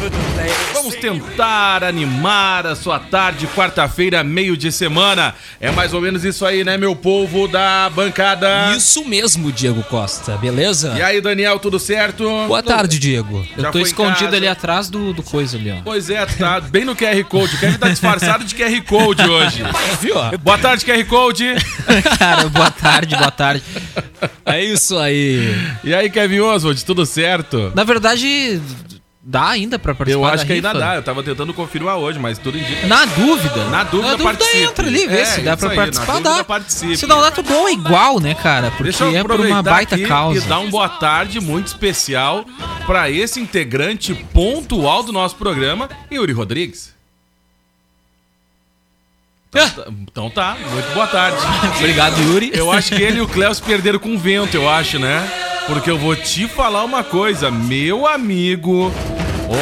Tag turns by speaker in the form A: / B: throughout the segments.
A: vamos tentar animar a sua tarde, quarta-feira, meio de semana. É mais ou menos isso aí, né, meu povo da bancada?
B: Isso mesmo, Diego Costa, beleza?
A: E aí, Daniel, tudo certo?
B: Boa tarde, Diego.
A: Já
B: Eu tô
A: foi em
B: escondido
A: casa.
B: ali atrás do, do coisa ali, ó.
A: Pois é, tá bem no QR Code. O Kevin tá disfarçado de QR Code hoje.
B: Viu? ó?
A: Boa tarde, QR Code.
B: Cara, boa tarde, boa tarde. É isso aí.
A: E aí, Kevin Oswald, tudo certo?
B: Na verdade, dá ainda pra participar
A: Eu acho
B: da
A: que ainda
B: rifa?
A: dá, eu tava tentando confirmar hoje, mas tudo indica.
B: Na dúvida.
A: Na dúvida, participe.
B: entra ali, vê
A: É,
B: se dá
A: isso
B: pra
A: aí, na
B: participar,
A: dúvida,
B: dá.
A: participe.
B: Se não dá, tu doa igual, né, cara? Porque
A: Deixa eu
B: é por
A: aproveitar
B: uma baita
A: aqui
B: causa.
A: e dar um boa tarde muito especial pra esse integrante pontual do nosso programa, Yuri Rodrigues. Então, tá- então tá, muito boa tarde.
B: Ah! Obrigado, Yuri.
A: Eu acho que ele e o Cléo se perderam com o vento, eu acho, né? Porque eu vou te falar uma coisa, meu amigo.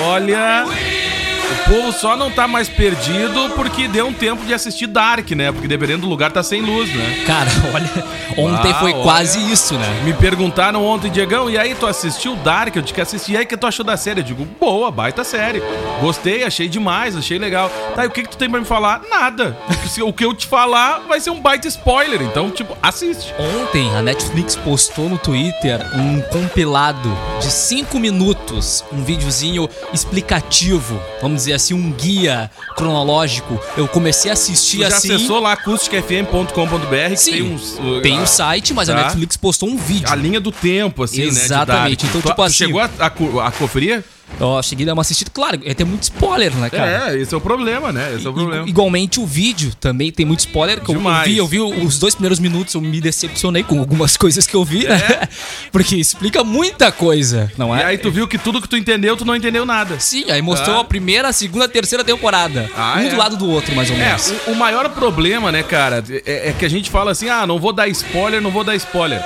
A: Olha, o povo só não tá mais perdido porque deu um tempo de assistir Dark, né? Porque dependendo do lugar tá sem luz, né?
B: Cara, olha, ontem
A: Ah,
B: foi
A: olha.
B: quase isso, né?
A: Me perguntaram ontem, Diegão, e aí tu assistiu Dark? Eu disse que assisti, e aí o que tu achou da série? Eu digo, boa, baita série. Gostei, achei demais, achei legal. Tá, e o que que tu tem pra me falar? Nada. Se- O que eu te falar vai ser um baita spoiler, então, tipo, assiste.
B: Ontem a Netflix postou no Twitter um compilado de 5 minutos, um videozinho explicativo, vamos dizer assim, um guia cronológico. Eu comecei a assistir
A: Tu já
B: assim.
A: acessou lá acusticfm.com.br, que
B: Sim,
A: tem
B: tem,
A: uns. uh,
B: um site, mas
A: Tá.
B: a Netflix postou um vídeo.
A: A linha do tempo, assim,
B: Exatamente.
A: né? de Dark.
B: Então,
A: Tu-
B: tipo
A: tu
B: assim-
A: Chegou a, a, co- a conferir?
B: Ó, cheguei a dar uma assistida. Claro, ia ter muito spoiler, né, cara?
A: É, esse é o problema, né? Esse é o problema.
B: I- Igualmente o vídeo também tem muito spoiler que eu-
A: Demais.
B: eu vi, eu vi os dois primeiros minutos, eu me decepcionei com algumas coisas que eu vi, né? Porque explica muita coisa, não é?
A: É? E aí tu viu que tudo que tu entendeu, tu não entendeu nada.
B: Sim, aí mostrou
A: Tá.
B: a primeira, a segunda, a terceira temporada.
A: Ah,
B: um
A: é.
B: do lado do outro, mais ou
A: É,
B: menos.
A: o, o maior problema, né, cara, é, é que a gente fala assim, ah, não vou dar spoiler, não vou dar spoiler.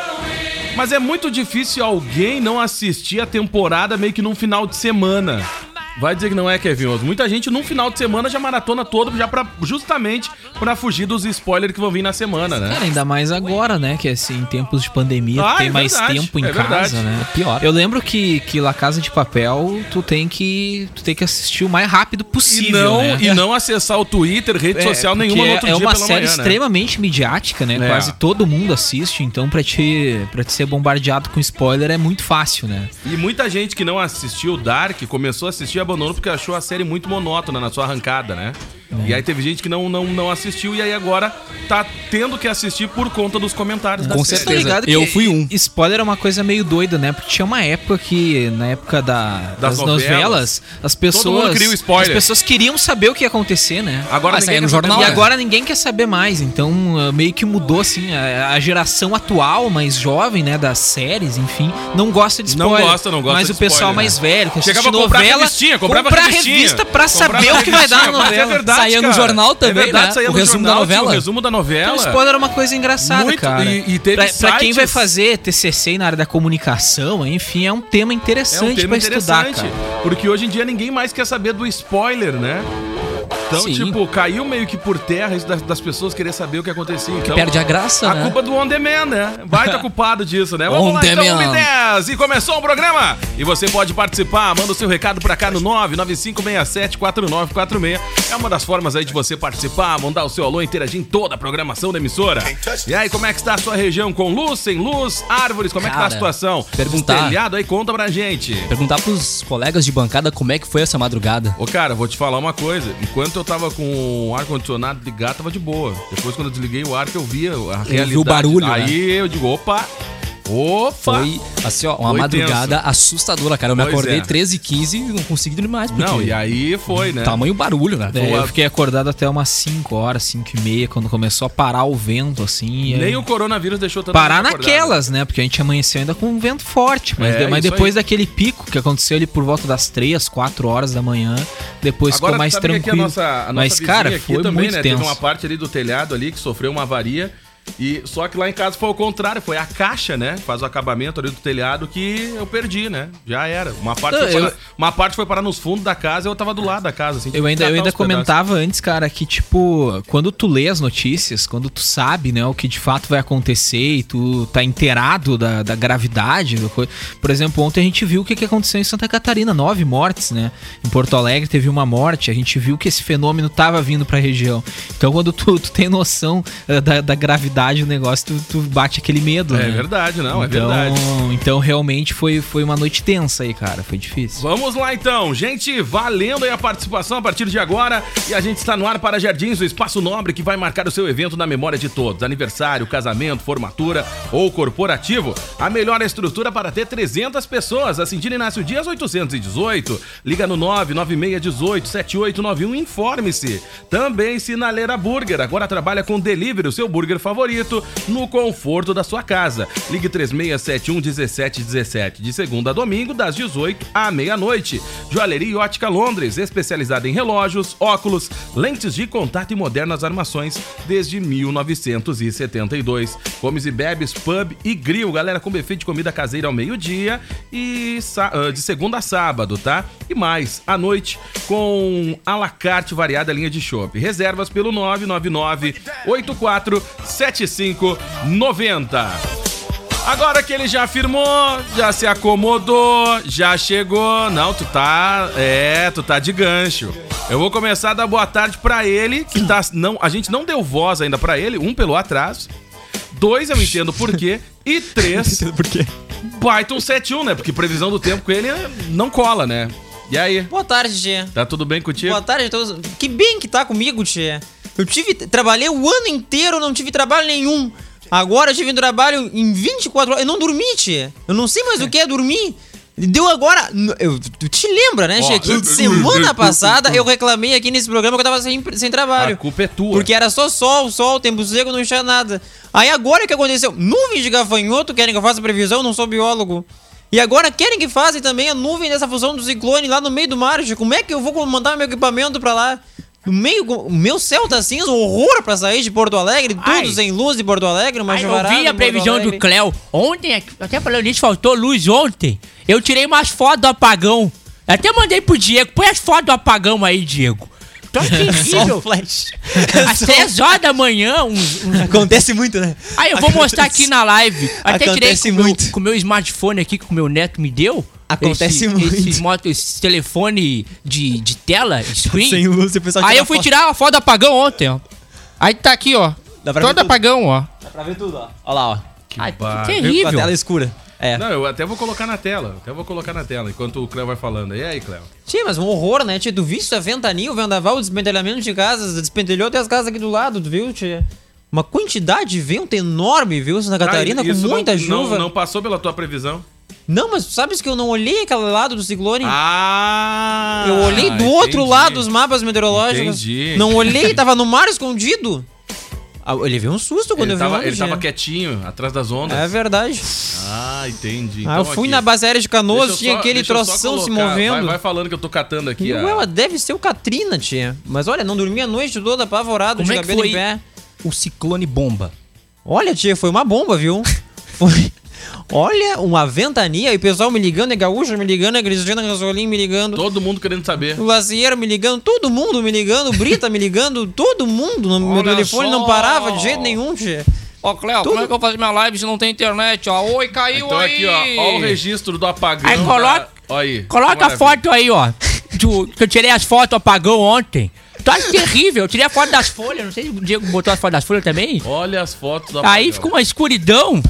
A: Mas é muito difícil alguém não assistir a temporada meio que num final de semana. Vai dizer que não é, Kevin Oso. Muita gente num final de semana já maratona todo, já pra, justamente pra fugir dos spoilers que vão vir na semana, né?
B: Cara, ainda mais agora, né? Que assim, em tempos de pandemia,
A: Ah,
B: tu tem
A: é
B: mais
A: verdade,
B: tempo em
A: é
B: casa,
A: verdade.
B: né? Pior. Eu lembro que, que La Casa de Papel, tu tem que. Tu tem que assistir o mais rápido
A: E
B: possível.
A: não,
B: né?
A: e não acessar o Twitter, rede social
B: porque
A: nenhuma no
B: é,
A: outro
B: é
A: dia
B: uma
A: pela
B: série
A: manhã, né?
B: extremamente midiática, né?
A: É.
B: Quase todo mundo assiste, então pra te, pra te ser bombardeado com spoiler é muito fácil, né?
A: E muita gente que não assistiu Dark começou a assistir e abandonou porque achou a série muito monótona na sua arrancada, né? E aí teve gente que não, não, não assistiu e aí agora tá tendo que assistir por conta dos comentários da
B: Com
A: série.
B: certeza. Eu fui um. Spoiler é uma coisa meio doida, né? Porque tinha uma época que, na época da-
A: Das
B: das,
A: novelas,
B: novelas, as pessoas.
A: mundo queria o spoiler.
B: As pessoas queriam saber o que ia acontecer, né?
A: Agora
B: Ah,
A: ninguém
B: saía no
A: quer
B: jornal.
A: saber
B: E
A: mais.
B: agora ninguém quer saber mais. Então, eh, meio que mudou, assim, a, a geração atual, mais jovem, né? Das séries, enfim, não gosta de
A: Não
B: spoiler.
A: gosta, não gosta
B: Mas
A: de
B: o pessoal
A: spoiler,
B: mais
A: né?
B: velho, que assiste
A: Chegava a comprar
B: novela.
A: revistinha, comprava
B: comprar
A: revistinha.
B: revista pra
A: Comprava
B: saber o que vai dar na
A: revistinha, mas
B: novela.
A: É verdade,
B: Saía no
A: cara.
B: jornal
A: É
B: também,
A: verdade,
B: né?
A: saía
B: O
A: no
B: resumo da
A: jornal, tinha
B: novela.
A: O resumo da
B: Então,
A: novela. um
B: spoiler é uma coisa engraçada,
A: Muito,
B: cara.
A: e- e teve
B: pra, pra quem
A: sites-
B: vai fazer TCC na área da comunicação, enfim, é um tema interessante pra estudar, cara.
A: Porque hoje em dia ninguém mais quer saber do spoiler, né? Então,
B: Sim.
A: tipo, caiu meio que por terra isso das, das pessoas querer saber o que acontecia. Então,
B: Perde a graça,
A: A
B: né?
A: culpa do On Demand, né? Vai estar culpado disso, né?
B: On Demand.
A: 1 e começou o programa. E você pode participar, manda o seu recado pra cá no 995674946. É uma das formas aí de você participar, mandar o seu alô, interagir em toda a programação da emissora. E aí, como é que está a sua região? Com luz, sem luz, árvores, como é que tá a
B: Cara,
A: situação?
B: perguntar.
A: Telhado aí, conta pra gente.
B: Perguntar pros colegas de bancada como é que foi essa madrugada.
A: Ô, cara, vou te falar uma coisa. Enquanto Enquanto eu tava com o ar-condicionado ligado, tava de boa. Depois, quando eu desliguei o ar, que eu via a realidade.
B: viu o barulho, né?
A: Aí eu digo, opa, opa.
B: Foi, assim, ó, uma
A: Foi
B: madrugada assustadora, cara. Eu me
A: Pois
B: acordei
A: é.
B: 13h15 e não consegui dormir mais.
A: Não,
B: porque
A: e aí foi, né?
B: Tamanho barulho, né?
C: É,
A: Boa.
C: eu fiquei acordado até umas 5 horas, 5 e meia, quando começou a parar o vento, assim. e
A: Nem
C: aí-
A: o coronavírus deixou tanto
C: Parar naquelas, né? Porque a gente amanheceu ainda com um vento forte. Mas,
A: É,
C: de- mas
A: isso
C: depois
A: aí.
C: daquele pico que aconteceu ali por volta das 3, 4 horas da manhã, depois ficou mais
A: sabe que aqui
C: tranquilo.
A: a nossa, a nossa
C: mas,
A: vizinha
C: cara,
A: aqui né?
C: foi muito tenso.
A: Teve uma parte ali do telhado ali que sofreu uma avaria. E só que lá em casa foi o contrário, foi a caixa, né? que Faz o acabamento ali do telhado que eu perdi, né? Já era. Uma parte,
C: Não,
A: foi,
C: eu-
A: parar, uma parte foi parar nos fundos da casa e eu tava do lado da casa, assim.
C: Eu ainda, eu
A: catar
C: ainda
A: os pedaços.
C: comentava antes, cara, que tipo, quando tu lê as notícias, quando tu sabe, né, o que de fato vai acontecer e tu tá inteirado da, da gravidade do coi- Por exemplo, ontem a gente viu o que, que aconteceu em Santa Catarina, nove mortes, né? Em Porto Alegre teve uma morte, a gente viu que esse fenômeno tava vindo pra região. Então quando tu, tu tem noção eh, da, da gravidade do negócio, tu, tu bate aquele medo, né?
A: É verdade, não, é
C: então,
A: verdade.
C: Então realmente foi, foi uma noite tensa aí, cara, foi difícil.
A: Vamos lá então, gente, valendo aí a participação a partir de agora. E a gente está no ar para Jardins, o espaço nobre que vai marcar o seu evento na memória de todos: aniversário, casamento, formatura ou corporativo. A melhor estrutura para ter 300 pessoas. A Cindina Inácio Dias 818. Liga no 99618 7891 informe-se. Também Sinaleira Burger, agora trabalha com delivery, o seu burger favorito, no conforto da sua casa. Ligue 3671 1717, de segunda a domingo, das 18 à meia-noite. Joalheria e Ótica Londres, especializada em relógios, óculos, lentes de contato e modernas armações desde 1972. Comes e bebes, pub e grill, galera, com buffet de comida caseira ao meio-dia e sa- ah, de segunda a sábado, tá? E mais, à noite, com a la carte variada linha de chopp. Reservas pelo 999 847590 Agora que ele já afirmou, já se acomodou, já chegou. Não, tu tá. É, tu tá de gancho. Eu vou começar a dar boa tarde pra ele, que tá. Não, a gente não deu voz ainda pra ele. Um, pelo atraso. Dois, eu entendo por quê. E três,
B: Por quê?
A: Python 71, né? Porque previsão do tempo com ele é- não cola, né? E aí?
D: Boa tarde, Tchê.
A: Tá tudo bem contigo?
D: Boa tarde a todos. então, Que bem que tá comigo, Tchê. Eu tive. Trabalhei o ano inteiro, não tive trabalho nenhum. Agora eu tive um trabalho em 24 horas. Eu não dormi, Tchê. Eu não sei mais o que é dormir. Deu agora. n- Eu, tu te lembra, né, Tchê? Que semana passada
E: é
D: eu reclamei aqui nesse programa que eu tava sem, sem
A: A
D: trabalho.
A: culpa é tua.
D: Porque era só sol, sol, tempo seco, não tinha nada. Aí agora o que aconteceu? Nuvens de gafanhoto querem que eu faça previsão, não sou biólogo. E agora querem que façam também a nuvem dessa fusão do ciclone lá no meio do mar. gente. Como é que eu vou mandar meu equipamento pra lá? No meio, o meu céu tá cinza, um horror pra sair de Porto Alegre, tudo
E: Ai.
D: sem luz de Porto Alegre, uma
E: Mas eu
D: chuvarada.
E: vi
D: em
E: a
D: Porto
E: previsão do
D: Alegre.
E: Cléo. Ontem, é até falando nisso, faltou luz ontem. Eu tirei umas fotos do apagão. Até mandei pro Diego. Põe as fotos do apagão aí, Diego. Tô
D: Só um
E: sensível.
D: flash.
E: Às três horas da manhã, uns, uns-
D: Acontece muito, né?
E: Aí eu vou mostrar aqui na live. Até tirei com
D: Acontece
E: o meu-
D: muito.
E: com o meu smartphone aqui que o meu neto me deu.
D: Acontece
E: esse,
D: muito.
E: Esse, moto, esse telefone de, de tela, screen.
D: Sem luz, o pessoal
E: Aí
D: tira
E: eu fui
D: foto.
E: tirar a foto do apagão ontem, ó. Aí tá aqui, ó.
D: Dá pra
E: Todo
D: ver tudo?
E: apagão, ó.
D: Dá pra ver tudo, ó. Olha lá, ó.
E: Ai, que
A: bar-
D: Com a tela
E: terrível.
D: escura. É.
A: Não, eu até vou colocar na tela. Até vou colocar na tela, enquanto o Cléo vai falando. E aí, Cléo?
D: Tia, mas um horror, né, tia? Tu viu isso? A ventania, o vendaval, o despentelhamento de casas, despentelhou até as casas aqui do lado, tu viu, tia? Uma quantidade de vento enorme, viu, Santa Catarina,
A: Tá, isso
D: com
A: não-
D: muita
A: não,
D: chuva.
A: não
D: Não,
A: passou pela tua previsão?
D: mas tu sabes que eu não olhei aquele lado do ciclone?
A: Ah!
D: eu olhei do outro
A: entendi.
D: lado os mapas meteorológicos.
A: Entendi.
D: Não olhei, tava no mar escondido. Ah, eu levei um susto quando
A: Ele
D: eu vi o
A: tava,
D: ontem,
A: ele tava
D: tia.
A: quietinho, atrás das
D: É
A: ondas.
D: verdade.
A: Ah, entendi.
D: ah, eu
A: Então,
D: fui
A: aqui.
D: na base aérea de
A: Deixa eu
D: Canoas,
A: só-
D: tinha aquele
A: deixa eu só
D: troção se
A: colocar.
D: movendo.
A: Vai, vai falando que eu tô catando aqui.
D: Ué,
A: a-
D: ela deve ser o Katrina, tia. Mas olha, não dormia a noite toda apavorado,
E: Como
D: de
E: é que
D: cabelo
E: foi?
D: em pé.
E: O ciclone bomba.
D: Olha, tia, foi uma bomba, viu? Foi. Olha, uma ventania e o pessoal me ligando, é gaúcho me ligando, é Cristiana Gasolim me ligando,
A: Todo mundo querendo saber.
D: o Lacieiro me ligando, todo mundo me ligando, o Brita me ligando, todo mundo. no- meu
E: Olha
D: telefone não
E: só.
D: parava de jeito nenhum, tia.
E: Ó, Cléo,
D: Tudo.
E: como é que eu faço minha live se não tem internet? Ó, oi, caiu
A: Então
E: aí.
A: aqui, ó, ó o registro do apagão.
E: Aí coloca-
A: da- Ó aí.
E: Coloca a
A: Maravilha.
E: foto aí, ó. Do- que eu tirei as fotos do apagão ontem. Tu acha terrível? Eu tirei a foto das folhas. Não sei se o Diego botou as fotos das folhas também.
A: Olha as fotos do
E: Aí fica uma escuridão.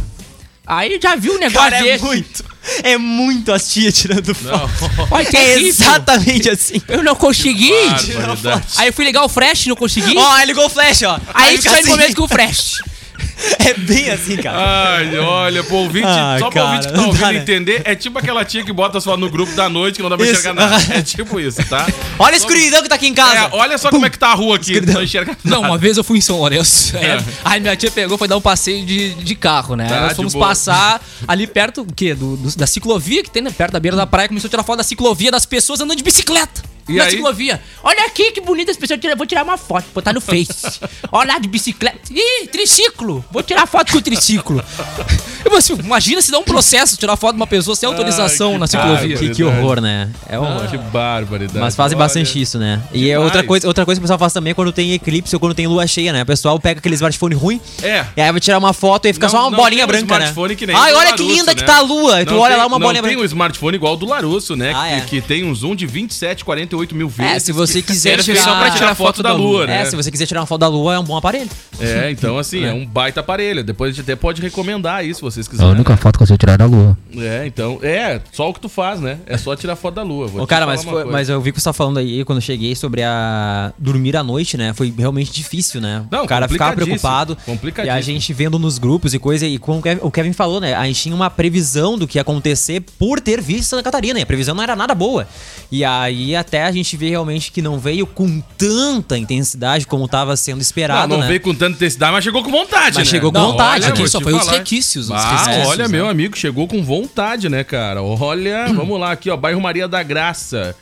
E: Aí já viu um negócio
D: Cara, é
E: desse.
D: muito. É muito as tias tirando foto.
E: Olha, que
D: É
E: é isso?
D: exatamente assim.
E: Eu não consegui.
D: um
A: Barbaridade.
E: Aí eu fui ligar o flash, não consegui.
D: Ó, ele ligou o flash, ó.
E: Aí
D: fica
E: ficou assim. momento com o flash.
D: É bem assim, cara.
A: Ai, olha, pro ouvinte,
D: Ah,
A: só pro
D: cara,
A: ouvinte que tá
D: não
A: ouvindo
D: dá, né?
A: entender, é tipo aquela tia que bota só no grupo da noite que não dá pra
D: Isso.
A: enxergar nada. É tipo isso, tá?
D: Olha a escuridão que tá aqui em casa.
A: É, olha só como é que tá a rua aqui, não enxerga
B: Não,
A: nada.
B: uma vez eu fui em São Lourenço. É. Aí minha tia pegou, foi dar um passeio de, de carro, né?
A: Tá,
B: Nós
A: de
B: fomos
A: boa.
B: passar ali perto o quê? Do, do- da ciclovia que tem, né? Perto da beira da praia. Começou a tirar foto da ciclovia das pessoas andando de bicicleta.
A: E
B: na
A: aí?
B: ciclovia. Olha aqui que bonita as pessoas. tiram. Vou tirar uma foto, botar no Face. Olha lá de bicicleta. Ih, triciclo. Vou tirar foto com o triciclo. Eu, assim, imagina se dá um processo tirar foto de uma pessoa sem autorização né?
A: que
B: na ciclovia.
A: bárbaro.
D: Que horror, né? É
A: Ah,
D: horror.
A: que barbaridade.
D: Mas fazem bastante isso, né? E é
A: Demais.
D: outra coisa, outra coisa que o pessoal faz também é quando tem eclipse ou quando tem lua cheia, né? O pessoal pega aquele smartphone ruim
A: É.
D: e aí vai tirar uma foto e fica
A: Não-
D: só uma
A: não
D: bolinha
A: tem um
D: branca, né?
A: smartphone que nem
D: Ai,
A: do
D: olha que
A: Larusso,
D: linda que
A: né?
D: tá a lua. E tu
A: Não
D: olha
A: tem-
D: lá uma bolinha
A: Não tem
D: branca.
A: um smartphone igual ao do Larusso, né?
D: Ah,
A: que,
D: é.
A: que tem um zoom de 27, 48 mil vezes.
B: É, se você
A: que
B: quiser
A: serve um só pra tirar foto da lua, né?
D: É, se você quiser tirar uma foto da lua, é um bom aparelho.
A: É, então assim, é. um baita aparelho. Depois a gente até pode recomendar isso, se vocês quiserem.
B: foto que eu tirar da lua.
A: É, então, é, só o que tu faz, né? É só tirar foto da lua. Vou
D: Ô,
A: te
D: cara,
A: falar
D: mas,
A: uma
D: foi-
A: coisa.
D: mas eu vi que você tá falando aí quando eu cheguei sobre a dormir à noite, né? Foi realmente difícil, né?
A: Não,
D: o cara ficava
A: complicadíssimo,
D: preocupado. E
A: complicadíssimo.
D: a gente vendo nos grupos e coisa. E como o Kevin- o Kevin falou, né? A gente tinha uma previsão do que ia acontecer por ter visto Santa Catarina. E a previsão não era nada boa. E aí até a gente vê realmente que não veio com tanta intensidade como tava sendo
A: Não,
D: esperado,
A: não
D: né?
A: veio com tanta intensidade, mas chegou com vontade, né?
D: Mas chegou com
A: Não,
D: vontade,
A: olha,
B: aqui
A: vou
B: só
A: te
B: foi os
A: falar.
B: resquícios, os
A: Ah,
B: resquícios,
A: olha,
B: né?
A: meu amigo, chegou com vontade, né, cara? Olha, vamos lá, aqui, ó, bairro Maria da Graça.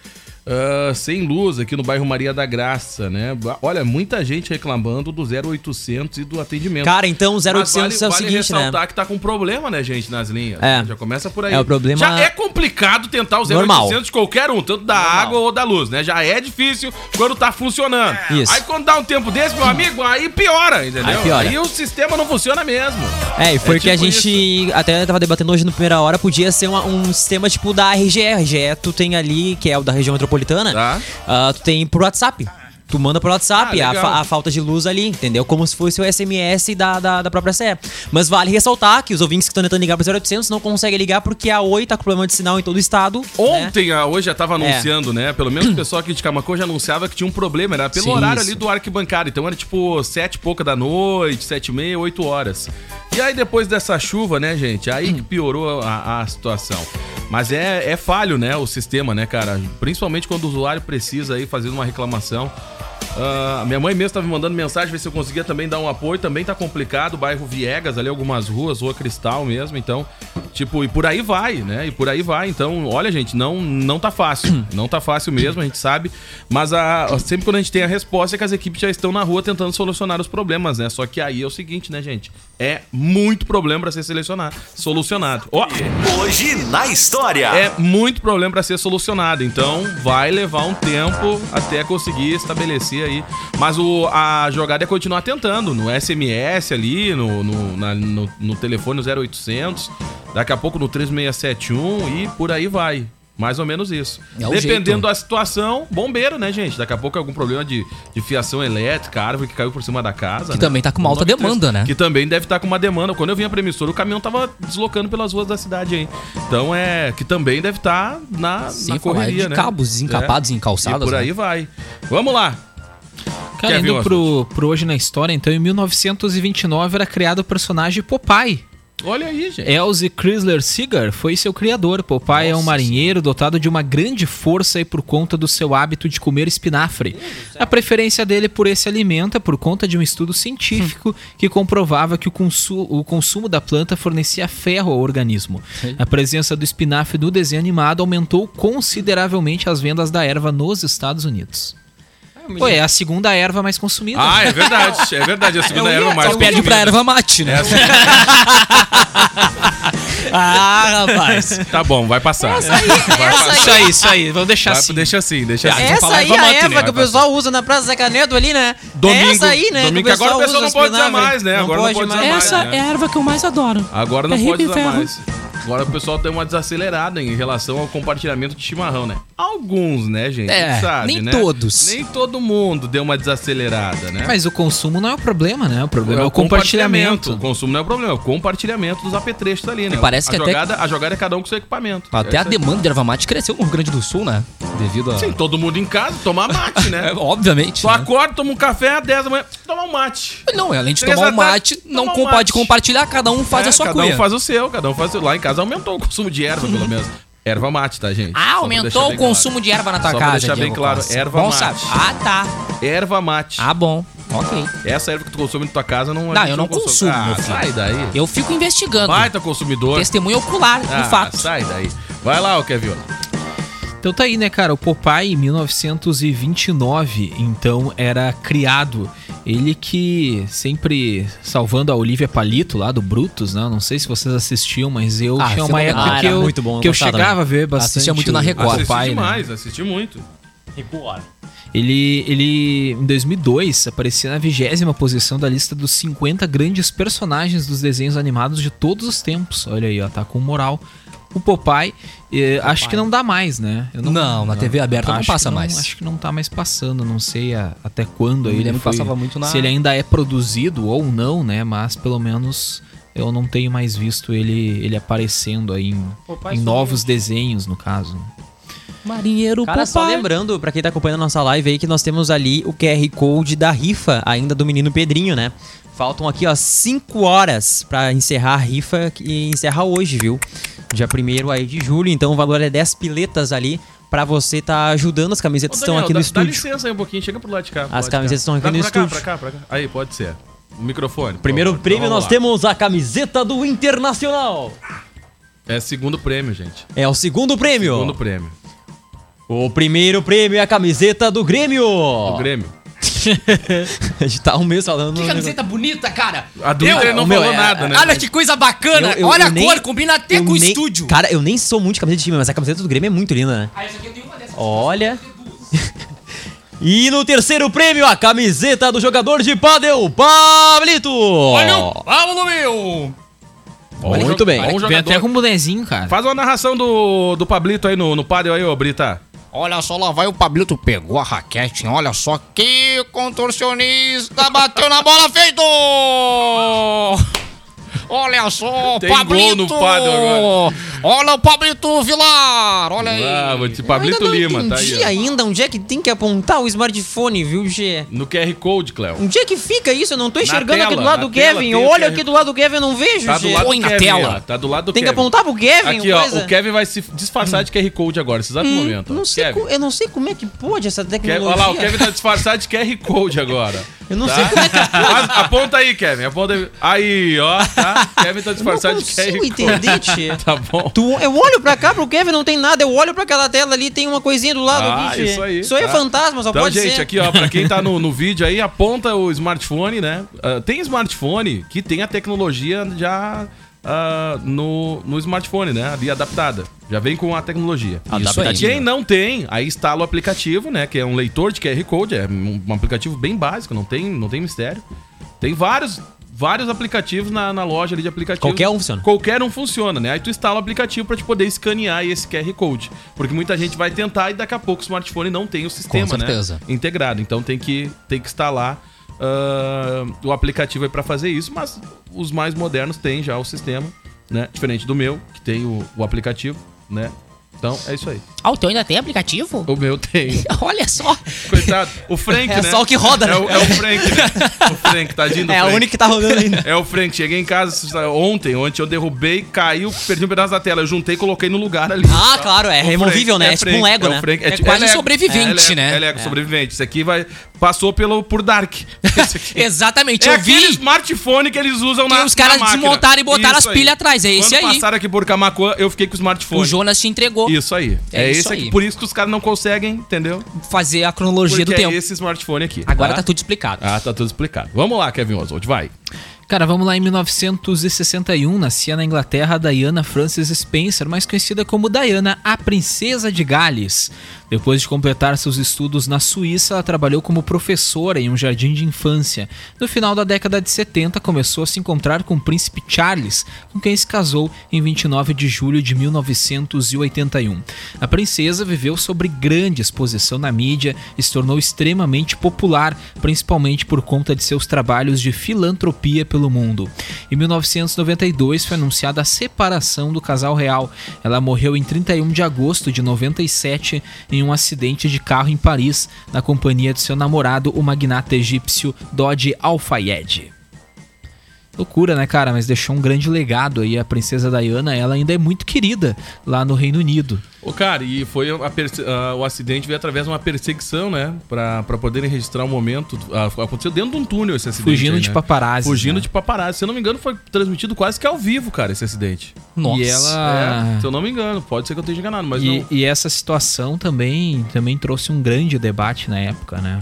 A: Ah, sem luz aqui no bairro Maria da Graça, né? Olha, muita gente reclamando do 0800 e do atendimento.
D: Cara, então o 0800
A: Mas
D: é o
A: vale
D: seguinte, né?
A: ressaltar que tá com problema, né, gente, nas linhas.
D: É.
A: Já começa por aí.
D: É, o problema-
A: Já é complicado tentar o 0800
D: Normal.
A: de qualquer um, tanto da água ou da luz, né? Já é difícil quando tá funcionando.
D: É. Isso.
A: Aí quando dá um tempo desse, meu amigo, aí piora, entendeu?
D: Aí piora.
A: o sistema não funciona mesmo.
D: É, e foi
A: É
D: o que a
A: tipo
D: gente até tava debatendo hoje no primeira hora, podia ser uma- um sistema tipo da RGE. RGE tu tem ali, que é o da região metropolitana,
A: Tá.
D: ah, tu tem por WhatsApp. Tu manda por WhatsApp
A: Ah,
D: a,
A: legal.
D: fa- a falta de luz ali, entendeu? Como se fosse o SMS da, da, da própria CE. Mas vale ressaltar que os ouvintes que estão tentando ligar pro 0800 não conseguem ligar porque a Oi tá com problema de sinal em todo o estado. né?
A: Ontem, a hoje já
B: É.
A: tava anunciando, né? Pelo menos o pessoal aqui de Camacô já anunciava que tinha um problema. Era pelo
B: Sim,
A: horário
B: isso.
A: ali do arquibancada. Então era tipo sete e pouca da noite, sete e meia, oito horas. E aí depois dessa chuva, né, gente? Aí que piorou a, a situação. Mas é, é falho, né, o sistema, né, cara? Principalmente quando o usuário precisa aí fazer uma reclamação. Ah, minha mãe mesmo tá me mandando mensagem, ver se eu conseguia também dar um apoio. Também tá complicado, o bairro Viegas, ali algumas ruas, Rua Cristal mesmo. Então, tipo, e por aí vai, né? E por aí vai. Então, olha, gente, não, não tá fácil. Não tá fácil mesmo, a gente sabe. Mas a- a- sempre quando a gente tem a resposta é que as equipes já estão na rua tentando solucionar os problemas, né? Só que aí é o seguinte, né, gente? É muito problema pra ser selecionado, solucionado. Ó,
F: Hoje na história.
A: é muito problema pra ser solucionado, então vai levar um tempo até conseguir estabelecer aí. Mas o, a jogada é continuar tentando no SMS ali, no, no, na- no, no telefone no 0800, daqui a pouco no 3671 e por aí vai. Mais ou menos isso.
B: É o
A: Dependendo
B: jeito.
A: da situação, bombeiro, né, gente? Daqui a pouco algum problema de, de fiação elétrica, árvore que caiu por cima da casa. né?
B: Que também tá com uma alta
A: 993,
B: demanda, né?
A: Que também deve estar com uma demanda. Quando eu vim pra emissora, o caminhão tava deslocando pelas ruas da cidade aí. Então é. Que também deve estar na,
B: Sem
A: na
B: falar
A: correria,
B: de
A: né?
B: cabos encapados em calçadas,
A: E por
B: né?
A: aí vai. Vamos lá.
C: Cara,
A: Kevin
C: indo pro, pro hoje na história, então, em 1929 era criado o personagem Popeye.
A: Olha aí, gente.
C: Elze Chrysler Seeger foi seu criador. Popeye é um marinheiro dotado de uma grande força e por conta do seu hábito de comer espinafre. A preferência dele por esse alimento é por conta de um estudo
A: Hum.
C: científico que comprovava que o, consu- o consumo da planta fornecia ferro ao organismo. A presença do espinafre no desenho animado aumentou consideravelmente as vendas da erva nos Estados Unidos. Pô, é a segunda erva mais consumida.
A: Ah, é verdade. É verdade. A segunda erva mais.
B: Só perde
A: consumida.
B: pra erva mate, né?
D: Ah, rapaz.
A: Tá bom, vai passar. vai passar.
C: Isso aí, isso aí. Vamos deixar
A: Vai-
C: assim.
A: Deixa assim, deixa assim.
D: Essa aí é
A: Vamos
D: a
A: lá,
D: erva
A: Tine.
D: que o
A: Vai
D: pessoal usa na Praça Zeca Neto ali, né?
A: Domingo-
D: é essa aí, né?
A: domingo, que agora o pessoal
D: usa
A: não pode usar
D: espinafre.
A: mais, né? Agora não pode usar mais.
E: Essa
A: né?
E: é a erva que eu mais adoro.
A: Agora
E: É
A: não
E: ripa
A: pode
E: e
A: usar
E: ferro.
A: mais. Agora o pessoal tem uma desacelerada em relação ao compartilhamento de chimarrão, né? Alguns, né, gente?
B: É,
A: Tu sabe,
B: nem
A: né?
B: todos.
A: Nem todo mundo deu uma desacelerada, né?
C: Mas o consumo não é o problema, né? O problema é, o compartilhamento.
A: O consumo não é o problema, é o compartilhamento dos apetrechos ali, né?
B: E parece que
A: a
B: até-
A: jogada, A jogada é cada um com seu equipamento.
B: Até
A: É
B: a
A: isso aí.
B: demanda de erva mate cresceu no Rio Grande do Sul, né? Devido a...
A: Sim, todo mundo em casa, tomar mate, né?
B: É, obviamente.
A: Só
B: né?
A: acorda, toma um café, 10 da manhã, toma um mate.
B: Não, além de
A: Três
B: tomar um
A: da tarde,
B: mate, não
A: tomar um
B: com- pode
A: mate.
B: compartilhar, cada um faz
A: É,
B: a sua
A: cada
B: cuia.
A: um faz o seu, cada um faz o seu. Lá em casa aumentou o consumo de erva, pelo menos. Erva mate, tá, gente? Só
B: Ah,
A: pra deixar
B: aumentou
A: bem
B: o consumo de erva na tua
A: Só pra
B: casa.
A: deixar bem
B: Diego
A: claro,
B: Costa.
A: erva
B: bom
A: mate.
B: sabe. Ah, tá.
A: claro. Erva mate.
B: Ah, bom. Ok.
A: Essa erva que tu consome na tua casa não
B: Não,
A: a gente
B: eu não
A: consome.
B: consumo,
A: Ah,
B: meu filho.
A: sai daí.
B: Eu fico investigando.
A: Baita consumidor.
B: Testemunha ocular do
A: Ah,
B: fato.
A: sai daí. Vai lá, ô Kevin.
C: Então tá aí, né, cara? O Popeye, em 1929, então, era criado. Ele que sempre salvando a Olivia Palito lá do Brutus, né? Não sei se vocês assistiam, mas eu
B: Ah,
C: tinha uma
B: fenomenal.
C: época
B: Ah,
C: que
B: era
C: eu,
B: muito bom, eu
C: que eu
D: tá
B: gostava
C: chegava a ver bastante.
B: Assistia muito na
C: o-
B: Record.
C: o
A: Assisti
C: Popeye, né?
A: demais, assisti muito.
C: Ele, ele, em 2002, aparecia na vigésima posição da lista dos 50 grandes personagens dos desenhos animados de todos os tempos. Olha aí, ó, tá com moral. O Popeye, eh, acho que não dá mais, né? Eu
B: Não, na TV aberta não
C: acho que
B: passa mais.
C: Acho que não tá mais passando, não sei a- até quando. aí
B: me
C: ele
B: lembro que
C: foi-
B: passava muito na-
C: Se ele ainda é produzido ou não, né? Mas pelo menos eu não tenho mais visto ele, ele aparecendo aí em, em novos desenhos, no caso.
B: Marinheiro
D: Cara, só
B: Popeye.
D: lembrando, pra quem tá acompanhando a nossa live aí, que nós temos ali o QR Code da rifa, ainda do menino Pedrinho, né? Faltam aqui, ó, 5 horas pra encerrar a rifa e encerrar hoje, viu? Dia 1 aí de julho, então o valor é 10 piletas ali pra você tá ajudando. As camisetas estão aqui
A: dá,
D: no
A: Dá
D: estúdio.
A: licença aí um pouquinho, chega pro lado de cá.
D: As camisetas estão aqui
A: Pra-
D: no
A: pra cá,
D: estúdio.
A: Pra cá, pra cá. Aí, pode ser. O microfone. por
D: Primeiro
A: favor. Então,
D: prêmio
A: vamos
D: nós
A: lá.
D: temos a camiseta do Internacional.
A: É segundo prêmio, gente.
D: É o segundo prêmio.
A: Segundo prêmio.
D: O primeiro prêmio é a camiseta do Grêmio.
A: O Grêmio.
D: a gente tá um mês falando.
B: Que
D: no negócio.
B: camiseta bonita, cara.
A: A do Inter não
D: o meu,
A: falou
D: é-
A: nada, né?
B: Olha que coisa bacana.
D: Eu- eu-
B: Olha
D: eu
B: a
D: nem-
B: cor, combina até
D: eu
B: com o
D: nem-
B: estúdio.
D: Cara, eu nem sou muito de camiseta de time, mas a camiseta do Grêmio é muito linda, né?
B: Ah, essa aqui eu tenho uma dessas.
D: Olha. e no terceiro prêmio, a camiseta do jogador de pádel, Pablito.
B: Olha o Paulo meu.
A: Olha,
D: muito bem.
A: Olha um
C: Vem
A: jogador.
C: até com um bonezinho, cara.
A: Faz uma narração do, do Pablito aí no, no pádel aí, ô Brita.
G: Olha só, lá vai o Pablito, pegou a raquete, olha só que contorcionista, bateu na bola, feito! Olha só,
A: Tem
G: Pablito!
A: gol no Pado agora.
G: Olha o Pablito Vilar, olha aí!
A: Ah, vou te- Pablito
D: eu ainda não
A: Lima, tá aí.
D: entendi
A: ó.
D: um ainda onde é que tem que apontar o smartphone, viu, Gê?
A: No QR Code, Cléo.
D: Onde é que fica isso? Eu não tô enxergando
A: tela,
D: aqui do lado
A: na
D: do
A: tela
D: Kevin.
A: tem o
D: Eu olho
A: QR.
D: aqui do lado do Kevin, eu não vejo,
A: Tá do
D: Gê.
A: lado
B: Põe
A: do
B: na
A: Kevin,
B: tela.
A: ó. Tá do lado do
D: Tem que
A: Kevin.
D: apontar pro Kevin,
A: Aqui, ó.
D: coisa. Hum,
A: O Kevin vai se disfarçar de QR Code agora. Vocês sabem o momento. ó.
D: Não sei
A: Kevin.
D: co- eu não sei como é que pode essa
A: Kevin-
D: tecnologia.
A: Olha lá, o Kevin tá disfarçado de Tá QR Code agora.
D: Eu não sei como é que
A: Mas aponta aí, Kevin. Aponta aí. Aí, ó. Tá? Kevin tá disfarçado de QR
D: consigo entender, tchê.
A: Tá bom.
D: Tu, eu olho pra cá pro Kevin, não tem nada. Eu olho pra aquela tela ali, tem uma coisinha do lado
A: Ah,
D: aqui, tchê.
A: isso aí,
D: Isso aí é
A: tá.
D: fantasma, só
A: Então,
D: pode
A: gente,
D: ser.
A: aqui, ó, pra quem tá no, no vídeo aí, aponta o smartphone, né? Ah, tem smartphone que tem a tecnologia já ah, no, no smartphone, né? Ali adaptada. Já vem com a tecnologia.
B: Isso aí.
A: Quem não tem, aí instala o aplicativo, né? Que é um leitor de QR Code, é um, um aplicativo bem básico, não tem, não tem mistério. Tem vários. Vários aplicativos na, na loja ali de aplicativos.
D: Qualquer um funciona.
A: Qualquer um funciona, né? Aí tu instala o aplicativo pra te poder escanear esse QR Code. Porque muita gente vai tentar e daqui a pouco o smartphone não tem o sistema,
B: Com certeza.
A: né? Integrado. Então tem que, tem que instalar ah, o aplicativo aí pra fazer isso, mas os mais modernos têm já o sistema, né? Diferente do meu, que tem o, o aplicativo, né? Então é isso aí.
E: Ah, o teu ainda tem aplicativo?
A: O meu tem.
E: Olha só.
A: Coitado. O Frank,
D: É
A: né?
D: só o que roda, né?
A: É o, é o Frank, né? O Frank, tadinho do
D: É a
A: Frank.
D: única que tá rodando ainda.
A: É o Frank, cheguei em casa tá- ontem, ontem eu derrubei, caiu, perdi um pedaço da tela, eu juntei e coloquei no lugar ali.
D: Ah, claro, é
A: O Frank,
D: removível, né? É tipo
A: Frank,
D: um Lego,
A: é o
D: né?
A: Frank,
B: É
A: tipo-
B: quase um
A: Lego,
B: sobrevivente,
A: é Lego,
B: né?
A: É Lego, sobrevivente. Esse aqui vai, passou pelo, por Dark. Esse aqui.
B: Exatamente,
A: É
B: eu vi.
A: aquele smartphone que eles usam
B: Que
A: na
B: os caras
A: na máquina.
B: desmontaram e botaram
A: Isso
B: as pilhas atrás, é esse
A: Quando
B: aí.
A: passaram aqui por Camacuã, eu fiquei com o smartphone.
B: O Jonas te entregou
A: Isso aí. É,
B: É isso
A: esse aqui.
B: aí.
A: Por isso que os caras não conseguem, entendeu?
B: fazer a cronologia
A: Porque
B: do
A: é
B: tempo.
A: esse smartphone aqui.
B: Agora tá tudo explicado.
A: Ah, tá tudo explicado. Vamos lá, Kevin Oswald, vai.
C: Cara, vamos lá, em 1961 nascia na Inglaterra a Diana Frances Spencer, mais conhecida como Diana, a Princesa de Gales. Depois de completar seus estudos na Suíça, ela trabalhou como professora em um jardim de infância. No final da década de 70, começou a se encontrar com o príncipe Charles, com quem se casou em 29 de julho de 1981. A princesa viveu sobre grande exposição na mídia e se tornou extremamente popular, principalmente por conta de seus trabalhos de filantropia pelo mundo. Em 1992 foi anunciada a separação do casal real. Ela morreu em 31 de agosto de 97 em um acidente de carro em Paris, na companhia de seu namorado, o magnata egípcio Dodi Al-Fayed. Loucura, né, cara? Mas deixou um grande legado aí. A princesa Diana, ela ainda é muito querida lá no Reino Unido.
A: Ô, cara, e foi a perse- ah, o acidente veio através de uma perseguição, né? Pra, pra poderem registrar o momento. Ah, aconteceu dentro de um túnel esse acidente.
C: Fugindo
A: aí,
C: de
A: né?
C: paparazzi.
A: Fugindo
C: né?
A: de paparazzi. Se eu não me engano, foi transmitido quase que ao vivo, cara, esse acidente.
B: Nossa.
C: E ela.
A: É, se eu não me engano, pode ser que eu esteja enganado, mas
C: Ah. E,
A: não.
C: e essa situação também, também trouxe um grande debate na época, né?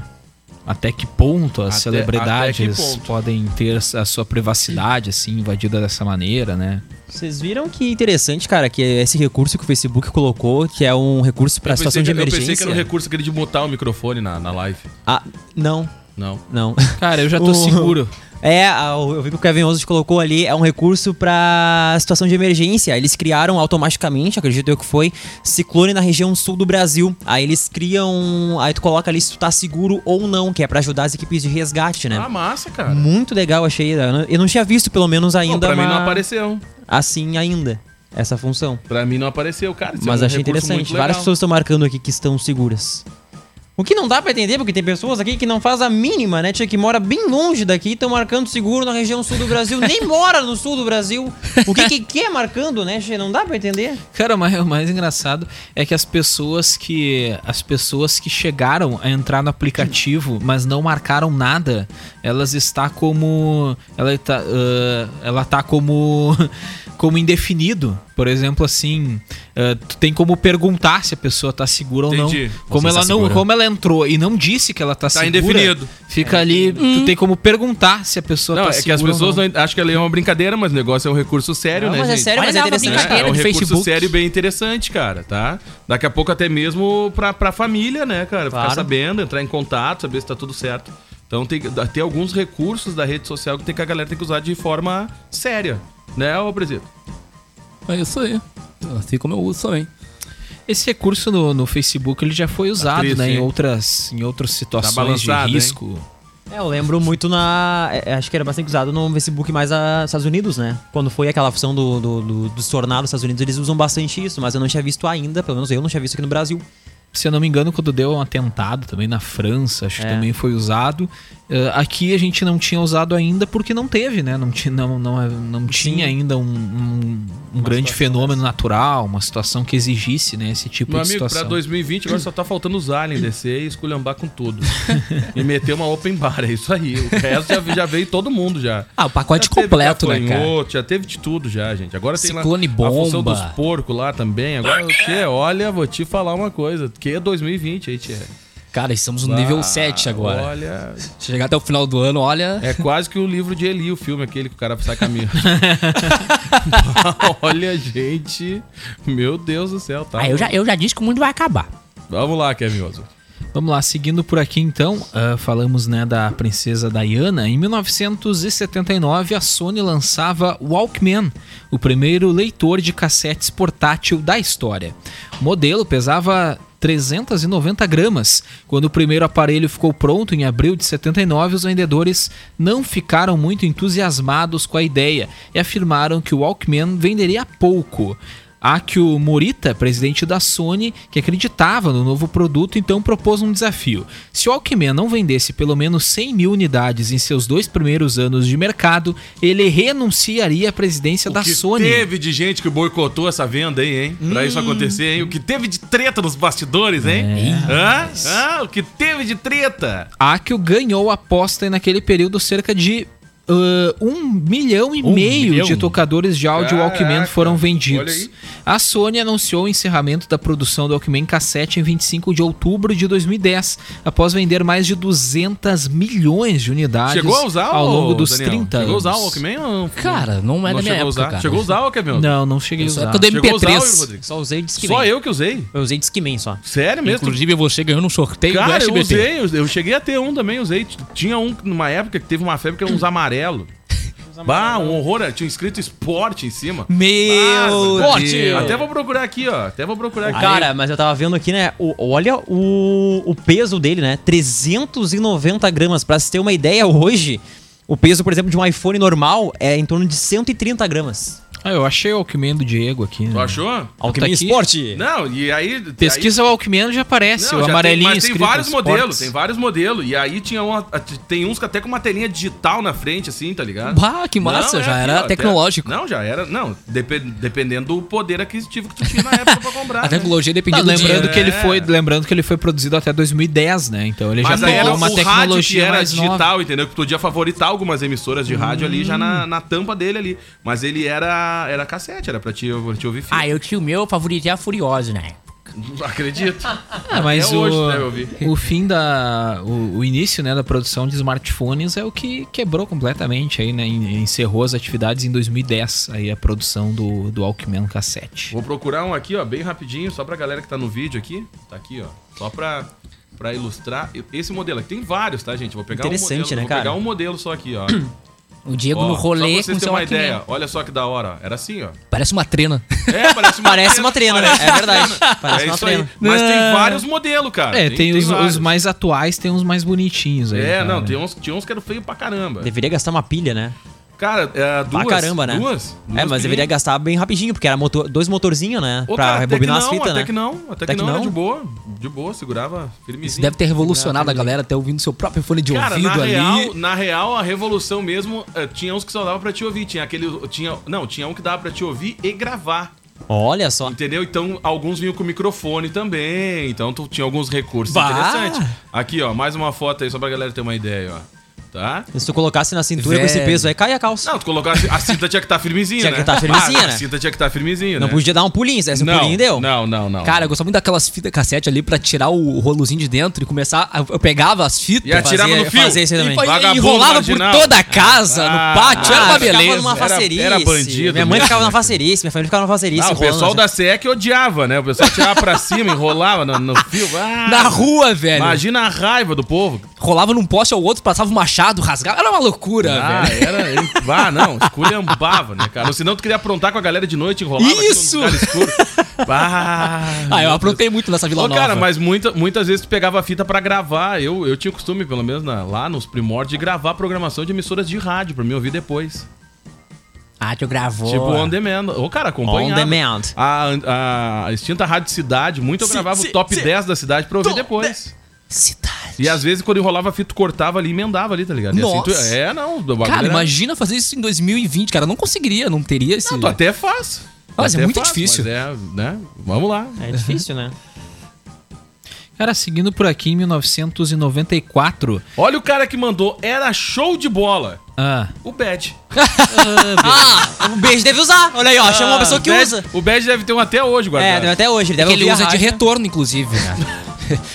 C: Até que ponto as
A: Até-
C: celebridades
A: até que ponto?
C: podem ter a sua privacidade, assim, invadida dessa maneira, né?
D: Vocês viram que interessante, cara, que é esse recurso que o Facebook colocou, que é um recurso pra
A: Eu pensei
D: situação
A: que-
D: de
A: eu
D: emergência.
A: pensei que era um recurso aquele de mutar o microfone na, na live.
D: Ah, não,
A: Não.
D: não.
C: Cara, eu já
D: tô
C: tô
D: seguro.
C: seguro.
D: É, a- o- eu vi que o Kevin Oswald colocou ali, é um recurso pra situação de emergência. Eles criaram automaticamente, acredito eu que foi, ciclone na região sul do Brasil. Aí eles criam, aí tu coloca ali se tu tá seguro ou não, que é pra ajudar as equipes de resgate, né?
A: Ah, massa, cara.
D: Muito legal, achei. Eu não- eu não tinha visto, pelo menos, ainda.
A: Bom, pra mim não
D: mas
A: apareceu.
D: Assim ainda, essa função.
A: Pra mim não apareceu, cara. Isso é
D: Mas
A: um
D: achei
A: recurso muito
D: interessante.
A: legal.
D: Várias pessoas estão marcando aqui que estão seguras. O que não dá pra entender, porque tem pessoas aqui que não faz a mínima, né, tia? Que mora bem longe daqui e estão marcando seguro na região sul do Brasil. Nem mora no sul do Brasil. O que que, que é marcando, né, tia? Não dá pra entender.
C: Cara, mas o mais engraçado é que as pessoas que. As pessoas que chegaram a entrar no aplicativo, mas não marcaram nada, elas está como. Ela está. ah, ela tá como. como indefinido. Por exemplo, assim. ah, tu tem como perguntar se a pessoa tá segura ou
A: Entendi.
C: não. Como
B: Você
C: ela
B: está
C: não.
B: segura?
C: Como ela entrou e não disse que ela tá, segura.
A: indefinido.
C: Fica
B: É.
C: ali.
B: Hum.
C: Tu tem como perguntar se a pessoa
A: Não,
C: tá
A: é que
C: segura.
A: as
C: ou
A: pessoas
C: não.
A: não. acham que ela é uma brincadeira, mas o negócio é um recurso sério,
D: Não,
A: né,
D: mas é
A: gente?
D: sério, mas
E: Olha
D: é
E: lá, uma
D: interessante.
A: É,
E: brincadeira.
A: é um
E: do
A: recurso
E: Facebook.
A: sério e bem interessante, cara, tá? Daqui a pouco até mesmo pra, pra família, né, cara?
D: Claro.
A: Ficar sabendo, entrar em contato, saber se tá tudo certo. Então tem, tem alguns recursos da rede social que, tem que a galera tem que usar de forma séria. Né, ô presídio?
B: É isso aí. Assim como eu uso também.
C: Esse recurso no, no Facebook ele já foi usado,
A: triste,
C: né? Em
A: hein? Tá
C: outras, em outras situações
A: balançado,
C: de
A: hein?
C: risco.
D: É, eu lembro muito na. é, Acho que era bastante usado no Facebook mais a Estados Unidos, né? Quando foi aquela opção do, do, do, dos tornados dos Estados Unidos, eles usam bastante isso, mas eu não tinha visto ainda, pelo menos eu não tinha visto aqui no Brasil.
C: Se eu não me engano, quando deu um atentado também na França, acho que
D: É.
C: também foi usado. Eh, aqui a gente não tinha usado ainda porque não teve, né? Não, ti- não, não, não tinha ainda um, um- um grande fenômeno natural, uma situação que exigisse né, esse tipo
A: Meu
C: de
A: amigo, pra
C: situação.
A: 2020 agora só tá faltando os aliens descer e esculhambar com tudo. e meter uma open bar, é isso aí. O resto já, já veio todo mundo já.
B: Ah, o pacote
A: Já teve
B: completo, né, cara?
A: gafanhoto, Já teve de tudo já, gente. Agora
B: Ciclone
A: tem lá a função
B: bomba.
A: dos porcos lá também. Agora, tchê, olha, vou te falar uma coisa. Que é 2020 aí, tchê.
B: Cara, estamos no nível
A: Ah,
B: 7 agora.
A: Olha,
B: Chegar até o final do ano, olha.
A: é quase que o livro de Eli, o filme aquele que o cara sai caminho. olha, gente. Meu Deus do céu, tá?
E: Ah, eu já, eu já disse que o mundo vai acabar.
A: Vamos lá, Kevin Oswald.
C: Vamos lá, seguindo por aqui então, ah, falamos né, da princesa Diana. Em 1979, a Sony lançava Walkman, o primeiro leitor de cassetes portátil da história. O modelo pesava 390 gramas. Quando o primeiro aparelho ficou pronto em abril de 79, os vendedores não ficaram muito entusiasmados com a ideia e afirmaram que o Walkman venderia pouco. Akio Morita, presidente da Sony, que acreditava no novo produto, então propôs um desafio. Se o Walkman não vendesse pelo menos 100 mil unidades em seus dois primeiros anos de mercado, ele renunciaria à presidência da
A: o que
C: Sony.
A: teve de gente que boicotou essa venda aí, hein? Pra
B: Hum.
A: isso acontecer, hein? O que teve de treta nos bastidores,
B: É.
A: hein? Hã? Hã? O que teve de treta?
C: Akio ganhou a aposta e naquele período cerca de ah, um milhão e
A: Um
C: meio
A: milhão?
C: de tocadores de áudio
A: Caraca,
C: Walkman foram
A: olha
C: vendidos.
A: aí.
C: A Sony anunciou o encerramento da produção do Walkman cassete em 25 de outubro de 2010, após vender mais de 200 milhões de unidades
A: Chegou a usar
C: ao
A: ô,
C: longo dos
A: Daniel?
C: 30
A: Chegou a usar o
C: anos.
A: Walkman ou não?
E: Cara, não é da minha
A: chegou a
E: época,
A: usar?
E: cara.
A: Chegou a usar o Walkman?
C: Não, não cheguei a
B: Só
C: usar.
B: que eu dei
A: Chegou a usar, ô,
B: MP3.
A: Rodrigues?
D: Só usei Discman.
A: Só eu que usei.
D: Eu usei Discman só.
A: Sério mesmo?
B: Inclusive, você ganhou num sorteio do
A: Cara, eu
B: SBT.
A: usei, eu- eu cheguei a ter um também, usei. T- Tinha um numa época que teve uma febre que era uns amarelo. Bah, um horror, tinha escrito esporte em cima.
D: Meu
A: Ah,
D: Deus.
A: Até vou procurar aqui, ó. Até vou procurar aqui.
D: Cara, É, mas eu tava vendo aqui, né? o- olha o, o peso dele, né? 390 gramas. Pra se ter uma ideia, hoje, o peso, por exemplo, de um iPhone normal é em torno de 130 gramas.
C: Ah, eu achei o Walkman do Diego aqui. né?
A: Tu achou?
D: Alckmin
B: Tá
C: aqui.
D: Sport.
A: Não, e aí. aí-
C: Pesquisa o Walkman já aparece,
A: Não,
C: o
A: já
C: amarelinho
A: tem, mas tem
C: escrito
A: vários
C: Sports.
A: modelos, tem vários modelos. E aí tinha uma, tem uns que até com uma telinha digital na frente, assim, tá ligado?
B: Bah, que massa,
A: Não, é
B: já
A: aqui,
B: era
A: ó, até-
B: tecnológico.
A: não, já era. Não, depen- dependendo do poder aquisitivo que tu tinha na época pra comprar.
B: A
A: né?
B: tecnologia
C: Tá,
B: dependia do
C: lembrando
B: dinheiro.
C: que ele
A: É.
C: foi, lembrando que ele foi produzido até 2010, né? Então ele
A: Mas
C: já
A: aí era
C: pegou
A: uma
C: uma
A: o rádio que
C: tecnologia
A: era
C: mais
A: digital,
C: nova.
A: entendeu? Que tu podia favoritar algumas emissoras de rádio ali já na, na tampa dele ali. Mas ele era, era cassete, era pra te, pra te ouvir fio.
E: Ah, eu tinha o meu favorito, é a Furiosa, né?
A: Acredito.
C: Ah, mas
A: Até
C: o,
A: hoje, né, eu vi.
C: o fim da. O, o início né, da produção de smartphones é o que quebrou completamente aí, né? en- Encerrou as atividades em 2010, aí a produção do, do Walkman cassete.
A: Vou procurar um aqui, ó, bem rapidinho, só pra galera que tá no vídeo aqui. Tá aqui, ó. Só pra, pra ilustrar. Esse modelo aqui. Tem vários, tá, gente? Vou pegar um
D: Interessante,
A: modelo.
D: né,
A: vou
D: cara?
A: pegar um modelo só aqui, ó.
B: O Diego
A: Ó,
B: no
A: só
B: rolê
A: pra vocês
B: com
A: terem
B: seu
A: uma
B: Walkman.
A: ideia. Olha só que da hora, ó. Era assim, ó.
B: Parece uma trena.
A: É, parece uma
D: Parece uma trena, né?
A: parece
D: É
A: uma
D: verdade.
A: trena.
D: Parece
A: é
D: uma
A: isso aí.
D: trena.
A: Mas tem
B: Não.
A: vários modelos, cara.
C: É, tem, os, os
A: vários.
C: mais atuais, tem uns mais bonitinhos aí. tá?
A: É,
C: cara.
A: não, tem uns, tinha uns que eram feio pra caramba.
D: Deveria gastar uma pilha, né?
A: Cara, é, duas.
D: pra caramba, né?
A: Duas? duas
D: é, mas
A: pilhas.
D: deveria gastar bem rapidinho, porque era motor, dois motorzinhos, né?
A: Ô,
D: pra
A: cara, até que
D: rebobinar as
A: não,
D: fitas,
A: Até
D: né?
A: que não, até, que,
D: que
A: não, era
D: não.
A: de boa. De boa, segurava firmezinho.
B: Deve ter revolucionado a galera, ter ouvindo seu próprio fone de
A: Cara,
B: ouvido
A: na
B: ali.
A: real, na real, a revolução mesmo, eh, tinha uns que só dava pra te ouvir. Tinha aquele. Tinha, não, tinha um que dava pra te ouvir e gravar.
D: Olha só.
A: Entendeu? Então, alguns vinham com microfone também. Então, tu tinha alguns recursos
B: Bah!
A: interessantes. Aqui, ó, mais uma foto aí, só pra galera ter uma ideia, ó. Tá?
D: Se tu colocasse na cintura com esse
B: Velho.
D: peso aí, cai a calça.
A: Não, tu colocasse. A cinta tinha que estar firmezinha,
D: Tinha
A: né?
D: que tá firmezinha,
A: Ah, A
D: né?
A: cinta tinha que estar firmezinha,
D: Não
A: né?
D: podia dar um pulinho, se esse
A: não,
D: pulinho deu.
A: Não, não, não. Ah,
B: Cara, eu gostava muito daquelas fitas cassete ali pra tirar o rolozinho de dentro e começar. a- Eu pegava as fitas.
A: E atirava
B: fazia-
A: no fio.
B: fazia isso aí também.
D: E
A: Vagabundo
B: enrolava
A: marginal.
B: por toda a casa,
A: Ah,
B: no pátio. era
D: Ah,
B: uma
D: ficava
B: beleza.
D: numa
A: Era-
D: facerice.
A: era bandido
D: Minha mãe
A: mesmo.
D: ficava na facerice, minha família ficava na facerice.
A: Ah, o
D: rolando,
A: pessoal
D: né?
A: da SEC odiava, né? O pessoal tirava pra cima, enrolava no, no fio.
D: É, né?
A: Ah,
B: Na rua, velho.
A: Imagina a raiva do povo.
B: Rolava num poste ao outro, passava um machado, rasgava. Era uma
D: É,
B: loucura,
A: Ah,
B: velho.
A: era. ele- Ah, não, esculhambava, né, cara? Ou senão tu queria aprontar com a galera de noite, enrolava aqui
B: Isso!
A: num lugar escuro. Ah,
B: Ah, eu aprontei muito nessa Vila
A: Ô,
B: Nova.
A: cara, mas muita, muitas vezes tu pegava a fita pra gravar. Eu, eu tinha o costume, pelo menos na- lá nos primórdios, de gravar programação de emissoras de rádio pra me ouvir depois.
E: Ah, tu gravou.
A: Tipo on demand. Ô, cara, acompanhava.
D: On demand.
A: A, a extinta rádio Cidade, muito eu
E: Ci-
A: gravava o
E: ci-
A: top
E: ci-
A: 10 da cidade pra ouvir depois.
E: Cidade.
A: E às vezes quando enrolava a fita, tu cortava ali e emendava ali, tá ligado? E tu-
B: Nossa.
A: é, não. o bagulho
B: Cara,
A: era-
B: imagina fazer isso em 2020, cara. Eu não conseguiria, não teria esse.
A: Não, tu até faz.
B: Mas é
A: Até
B: muito
A: faz,
B: difícil.
A: Mas é, né? Vamos lá.
D: É difícil, né?
C: Cara, seguindo por aqui, em 1994.
A: Olha o cara que mandou, era show de bola.
C: Ah,
A: O Bad.
D: Ah, o beijo deve usar. Olha aí, ó. Chama uma pessoa que
A: O Bad-
D: usa.
A: O Bad deve ter um até hoje,
D: Ah, É,
A: guardado.
D: deu até hoje. Ele deve
B: que ele
D: ouvir a
B: usa de
D: rádio.
B: retorno, inclusive, né?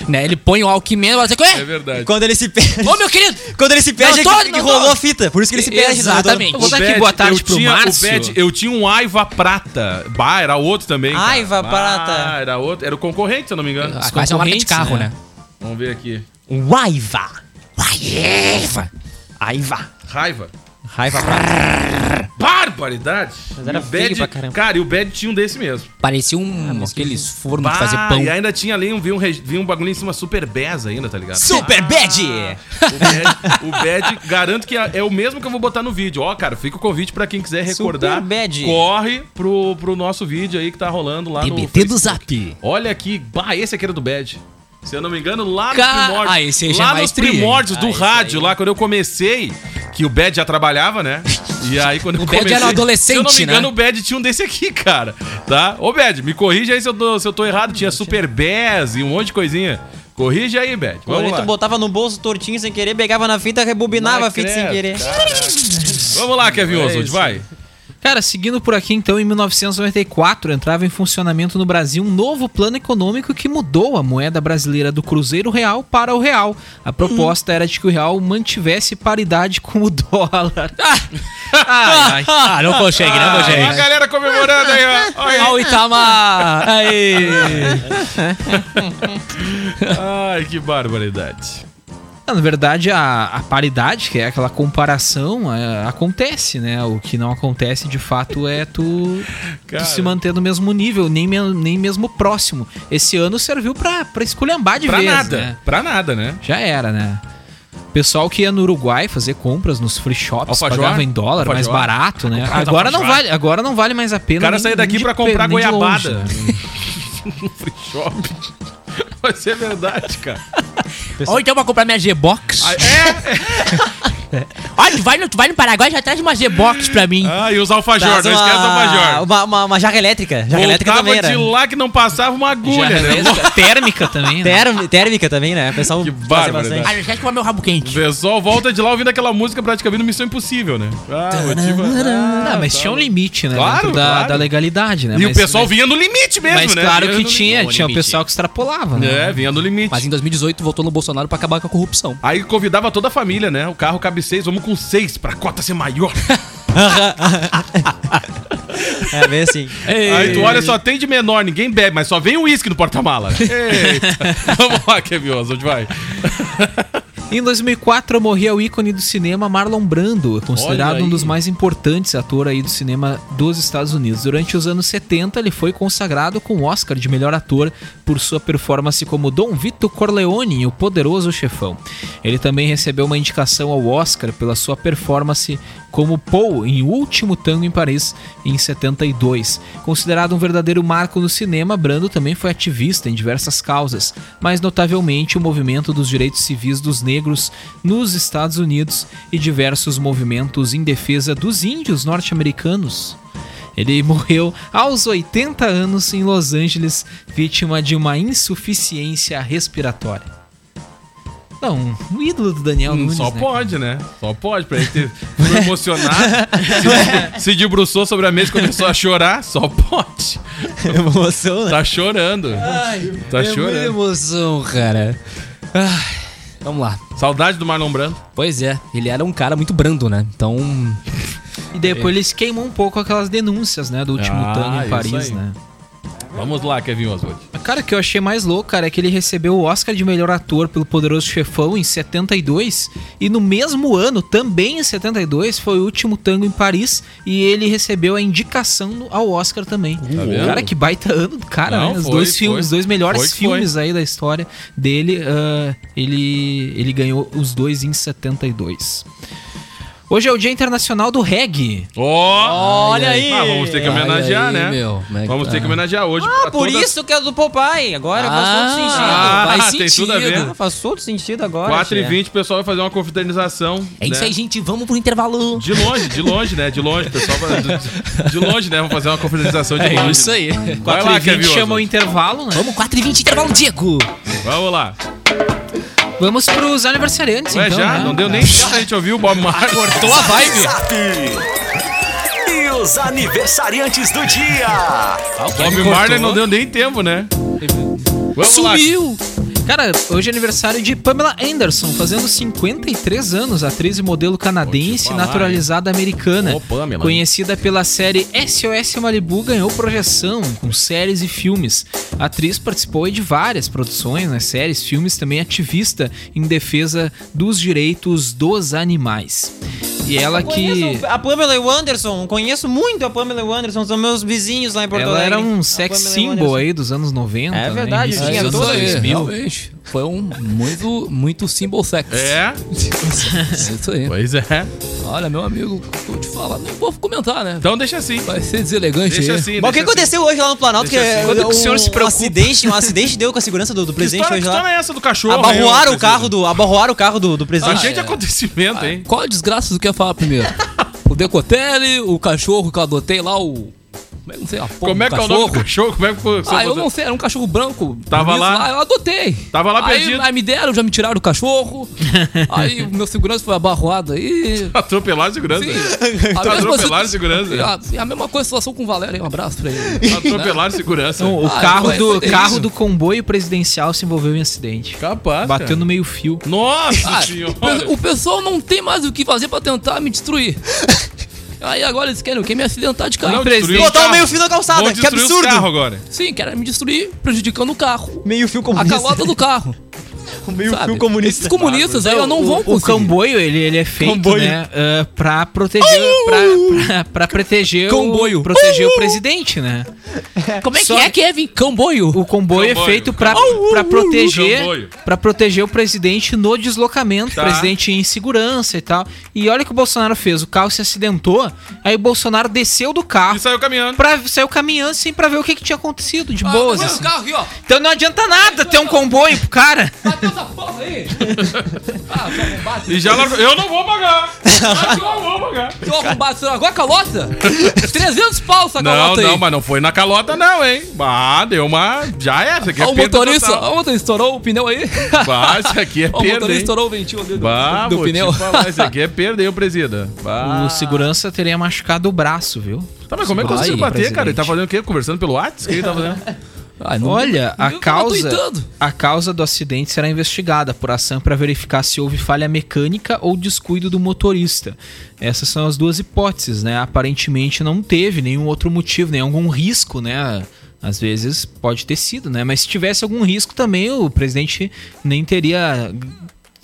B: Né, Ele põe o Alckmin e fala assim:
A: É
B: "Ué,
A: verdade.
D: Quando ele se perde.
B: Ô, meu querido!
D: Quando ele se perde,
B: Não
D: é
B: tô,
D: que,
B: não
D: que
B: tô.
D: rolou a fita. Por isso que ele se perde. né?
B: Exatamente.
C: Eu vou dar aqui
A: Bad,
C: boa tarde
A: eu
C: pro
A: tinha,
C: Márcio.
A: O Bad, eu tinha um Aiva Prata. Bah, era outro também. cara.
D: Aiva
A: Bah,
D: Prata.
A: Era outro. Era o concorrente, se eu não me engano.
B: Ah, quase é uma marca de carro, né?
A: Vamos ver aqui.
D: Raiva.
B: Raiva.
D: Raiva.
A: Raiva.
D: Raiva pra
A: Barbaridade.
D: Mas era
A: E o
D: feio
A: Bad-
D: pra caramba.
A: Cara, e o Bad tinha um desse mesmo.
B: Parecia
C: Ah,
B: um. aqueles fornos de
A: Bah,
B: fazer
A: E
B: pão.
A: ainda tinha ali um, vi um, regi- vi um bagulho em cima super bez ainda, tá ligado?
D: Super Bad!
A: O bad, o bad, garanto que é, é o mesmo que eu vou botar no vídeo. Ó, cara, fica o convite pra quem quiser recordar.
D: Super bad.
A: Corre pro, pro nosso vídeo aí que tá rolando lá no
B: TBT do
A: Facebook.
B: Zap.
A: Olha aqui, bah, esse aqui era do Bad. Se eu não me engano, lá nos
B: Ca-
A: primórdios,
B: Ah, esse aí já é
A: lá
B: mais
A: nos
B: tri, hein?
A: primórdios do
D: Ah, esse
A: rádio, lá quando eu comecei, que o Bad já trabalhava, né? E aí quando eu
B: O Bad
A: comecei,
B: era
A: se eu não
B: um
A: me
B: adolescente, né?
A: engano, o Bad tinha um desse aqui, cara, tá? Ô Bad, me corrija aí se eu tô, se eu tô errado, tinha Super Bass e um monte de coisinha. Corrige aí, Bad. Vamos
D: Quando
B: tá
A: lá.
D: tu botava no bolso tortinho sem querer, pegava na fita, rebobinava
A: Mas
D: a fita sem
A: credo,
D: querer.
A: Vamos lá,
B: É
A: Kevin Oswald,
C: isso.
A: vai.
C: Cara, seguindo por aqui então, em 1994 entrava em funcionamento no Brasil um novo plano econômico que mudou a moeda brasileira do Cruzeiro Real para o Real. A proposta era de que o Real mantivesse paridade com o dólar.
B: Ai, ai. Ah, não consegue, não
A: Ah, a
B: consegue.
A: galera comemorando aí, ó. Olha aí.
B: Olha o Itamar. Aí.
A: Ai, que barbaridade.
C: Ah, Na verdade, a, a paridade, que é aquela comparação, é, acontece, né? O que não acontece de fato é tu, tu
A: Cara.
C: se manter no mesmo nível, nem, me- nem mesmo próximo. Esse ano serviu pra, pra esculhambar de
A: Pra
C: vez,
A: nada.
C: né?
A: Pra nada, né?
C: Já era, né? Pessoal que ia no Uruguai fazer compras nos free shops,
A: Alfajor?
C: pagava em dólar, mais
A: Alfajor?
C: barato, né?
A: Comprava
C: Agora não,
A: alfajor.
C: vale, agora não vale mais a pena.
A: O cara
C: nem-
A: sair daqui
C: nem de
A: pra
C: pe-
A: comprar
C: nem de longe,
A: goiabada.
C: né?
A: No free shop. Mas é verdade, cara.
E: Ou então pra comprar minha G-Box.
A: Ah, É?
E: Olha, tu vai, no, tu vai no Paraguai e já traz uma G-Box pra mim.
A: Ah, e os alfajor, não
D: Traz
A: esquece o
D: uma,
A: alfajor.
D: uma, uma, uma jarra elétrica. Jarra elétrica
A: Voltava
D: também era.
A: de lá que não passava uma
C: né? Já
A: agulha, né?
C: revesca- térmica também, né?
D: Term- térmica também, né? O pessoal
A: Que
D: fazia
A: bárbaro,
D: bastante.
A: né?
E: Ah, não esquece de comer meu rabo
A: O
E: quente.
A: pessoal volta de lá ouvindo aquela música praticamente no Missão Impossível, né? Ah, motiva...
C: Não, mas tinha um limite, né?
A: Claro,
C: dentro da,
A: claro.
C: da legalidade, né?
A: E o
C: Mas-
A: pessoal
C: mas-
A: vinha no limite mesmo,
C: Mas
A: né?
C: claro
A: Vinha
C: que
A: no
C: tinha,
A: limite.
C: tinha o pessoal que extrapolava, né?
A: É, vinha no limite.
B: Mas em 2018 votou no Bolsonaro pra acabar com a corrupção.
A: Aí convidava toda a família, né? O carro cabe seis, vamos com seis, pra cota ser maior.
D: É, bem assim.
A: Aí tu olha, só tem de menor, ninguém bebe, mas só vem o uísque no porta-mala. Eita. vamos lá, Kevin Oswald, vai.
C: Em 2004 morria o ícone do cinema Marlon Brando,
A: Olha
C: considerado
A: aí.
C: um dos mais importantes atores aí do cinema dos Estados Unidos. Durante os anos 70, ele foi consagrado com o Oscar de melhor ator por sua performance como Dom Vito Corleone em O Poderoso Chefão. Ele também recebeu uma indicação ao Oscar pela sua performance como Paul em O Último Tango em Paris em 72. Considerado um verdadeiro marco no cinema, Brando também foi ativista em diversas causas, mas notavelmente o movimento dos direitos civis dos negros nos Estados Unidos e diversos movimentos em defesa dos índios norte-americanos. Ele morreu aos 80 anos em Los Angeles, vítima de uma insuficiência respiratória. Não, um ídolo do Daniel
A: Hum,
C: Nunes,
A: só
C: né?
A: pode, né? Só pode, pra ele ter foi emocionado, se, se debruçou sobre a mesa e começou a chorar, só pode.
D: Emoção, né?
A: Tá chorando. tá chorando.
B: emoção, cara. Ai, vamos lá.
A: Saudade do Marlon Brando.
B: Pois é, ele era um cara muito brando, né? Então.
C: E depois eles queimam um pouco aquelas denúncias, né, do último
A: Ah,
C: tango
A: isso
C: em Paris,
A: aí.
C: né?
A: Vamos lá, Kevin Oswald.
C: Cara, o que eu achei mais louco, cara, é que ele recebeu o Oscar de melhor ator pelo Poderoso Chefão em 72 e no mesmo ano, também em 72, foi o último tango em Paris e ele recebeu a indicação no- ao Oscar também.
A: Tá vendo?
C: Cara, que baita ano do cara,
A: Não,
C: né? Os
A: foi,
C: dois
A: foi.
C: filmes, os dois melhores
A: Foi que
C: filmes aí da história dele, ah, ele, ele ganhou os dois em 72. Hoje é o Dia Internacional do Reggae.
A: Ó!
D: Olha aí.
A: Ah, vamos ter que homenagear,
B: Olha aí,
A: né?
B: meu, como é que
A: vamos ter
B: tá?
A: que homenagear hoje.
D: Ah,
A: pra
D: por
A: todas-
D: isso que é do Popeye. Agora faz todo sentido.
A: ah,
B: faz
A: tem tudo a ver.
D: Ah, Faz todo sentido agora.
A: 4 e
D: tia.
A: 20 o pessoal vai fazer uma confraternização.
B: É isso
A: né?
B: aí, gente. Vamos pro intervalo.
A: De longe, de longe, né? De longe, o pessoal vai. De, de longe, né? Vamos fazer uma confraternização de longe.
B: É aí.
A: Vai lá, Kevin
C: chama o
A: Oswald.
C: intervalo, né?
B: Vamos, 4 e 20 intervalo, Diego.
A: Vamos lá.
C: Vamos pros aniversariantes,
A: Ué,
C: então,
A: já?
C: né?
A: Não deu nem tempo pra gente ouvir o Bob Marley. Cortou a vibe.
F: Zap! E os aniversariantes do dia!
A: Bob Marley não deu nem tempo, né? Vamos lá.
B: Sumiu.
C: Cara, hoje é aniversário de Pamela Anderson, fazendo 53 anos, atriz e modelo canadense
A: Vou te falar,
C: naturalizada americana.
A: Ô, Pamela.
C: Conhecida pela série SOS Malibu, ganhou projeção com séries e filmes. A atriz participou de várias produções, né, séries, filmes, também ativista em defesa dos direitos dos animais. E ela que...
D: Conheço a Pamela e o Anderson, conheço muito a Pamela e o Anderson, são meus vizinhos lá em Porto
C: Ela
D: Alegre.
C: era um
D: A
C: sex
D: Pamela e o
C: symbol
D: Anderson.
C: aí dos anos 90.
D: É
C: né,
D: verdade,
C: início dos
D: tinha
C: anos
D: todo esse
C: 2000.
B: Realmente. Foi um muito, muito symbol sex.
A: É,
B: Isso aí.
A: pois é.
B: Olha, meu amigo, vou te falar, não vou comentar, né?
A: Então deixa assim.
B: Vai ser deselegante
A: Deixa
B: aí.
A: assim.
D: Bom, o que
A: deixa assim.
D: aconteceu hoje lá no Planalto? Que,
A: Deixa assim.
C: Quando que o
D: um-
C: senhor se
D: um
C: preocupa?
D: acidente, um acidente deu com a segurança do, do
A: Que
D: presidente
A: história,
D: hoje
A: que história
D: lá.
A: é essa do cachorro?
D: Abarroaram
A: aí,
D: o carro do. Abarroaram o carro do, do
A: Tá
D: presidente.
A: cheio de
B: é.
A: acontecimento, hein?
B: Qual a desgraça do que eu ia falar primeiro? o Decotele, o cachorro que eu adotei lá, o
H: Como é, não sei, a porra
A: Como
H: do
A: é que é o nome do
H: cachorro?
A: cachorro? Como é que foi?
H: Ah, eu não sei, era um cachorro branco.
A: Tava
H: bonito
A: lá.
H: eu adotei.
A: Tava lá
H: aí,
A: perdido.
H: Aí me deram, já me tiraram do cachorro. aí o meu segurança foi abarroado aí.
A: Atropelaram a segurança.
H: Sim.
A: Tu atropelaram a segurança.
H: A, a mesma coisa, situação com o Valério. aí, Um abraço pra ele.
A: Atropelaram a segurança.
C: Então, o
H: Ah,
C: carro,
H: vai
C: do,
H: fazer
C: carro
H: isso.
C: do comboio presidencial se envolveu em acidente.
A: Capaz,
C: Bateu
A: cara.
C: no meio fio.
A: Nossa
H: Ah,
A: senhora.
H: o- o pessoal não tem mais o que fazer pra tentar me destruir. Aí agora eles querem, querem me acidentar de carro.
A: Não, destruiu o
D: Botar o
A: carro.
D: meio fio na calçada,
A: Ah, Vão
D: que
A: destruir os
D: absurdo.
A: carros agora.
H: Sim, querem me destruir, prejudicando o carro.
D: Meio fio
H: A
D: comunista.
H: calota do carro.
D: meio
H: sabe?
D: fio comunista.
H: Esses comunistas aí ó, não
B: Então
H: vão
C: O
H: conseguir.
C: comboio, ele, ele é feito,
D: Comboio.
C: né, ah, pra proteger, pra, pra, pra proteger,
H: Comboio.
C: O, proteger o presidente, né?
H: Como é que
C: Só-
H: é, Kevin? Camboio?
C: O comboio,
A: Comboio,
C: é feito pra, pra
A: Comboio.
C: proteger para proteger o presidente no deslocamento,
A: Tá.
C: o presidente em segurança e tal. E olha o que o Bolsonaro fez, o carro se acidentou, aí o Bolsonaro desceu do
A: E
C: carro
A: saiu caminhando.
C: pra saiu caminhando assim pra ver o que, que tinha acontecido de boas. assim.
H: Ah, carro aqui, ó.
C: Então não adianta nada ter um comboio pro cara.
H: Bateu essa porra aí. Ah, seu arrombado.
A: E já largou. Eu não vou pagar. Eu não vou pagar.
H: Seu arrombado. Seu agora é calota? 300 pau essa
A: Não,
H: calota aí.
A: não, mas não foi na calota, não, hein? Ah, deu uma. Já é, isso aqui é
H: Ó o
A: perda
H: motorista,
A: total.
H: ó o motorista, estourou o pneu aí.
A: Bah, isso aqui é
H: Ó, o
A: perda.
H: motorista
A: hein?
H: estourou o ventinho ali do,
A: Bah,
H: do
A: vou
H: pneu.
A: te falar, isso aqui é perda, hein, ô presida. Bah.
C: O segurança teria machucado o braço, viu?
A: Tá, mas como é que
C: Vai,
A: conseguiu bater, cara? Ele tá
C: presidente.
A: fazendo o quê? Conversando pelo WhatsApp? O que ele tá fazendo?
H: Ai, não-
C: Olha, a
H: Eu tava
C: causa,
H: tuitando.
C: a causa do acidente será investigada por ação para verificar se houve falha mecânica ou descuido do motorista. Essas são as duas hipóteses, né? Aparentemente não teve nenhum outro motivo, nem algum risco, né? Às vezes pode ter sido, né? Mas se tivesse algum risco também, o presidente nem teria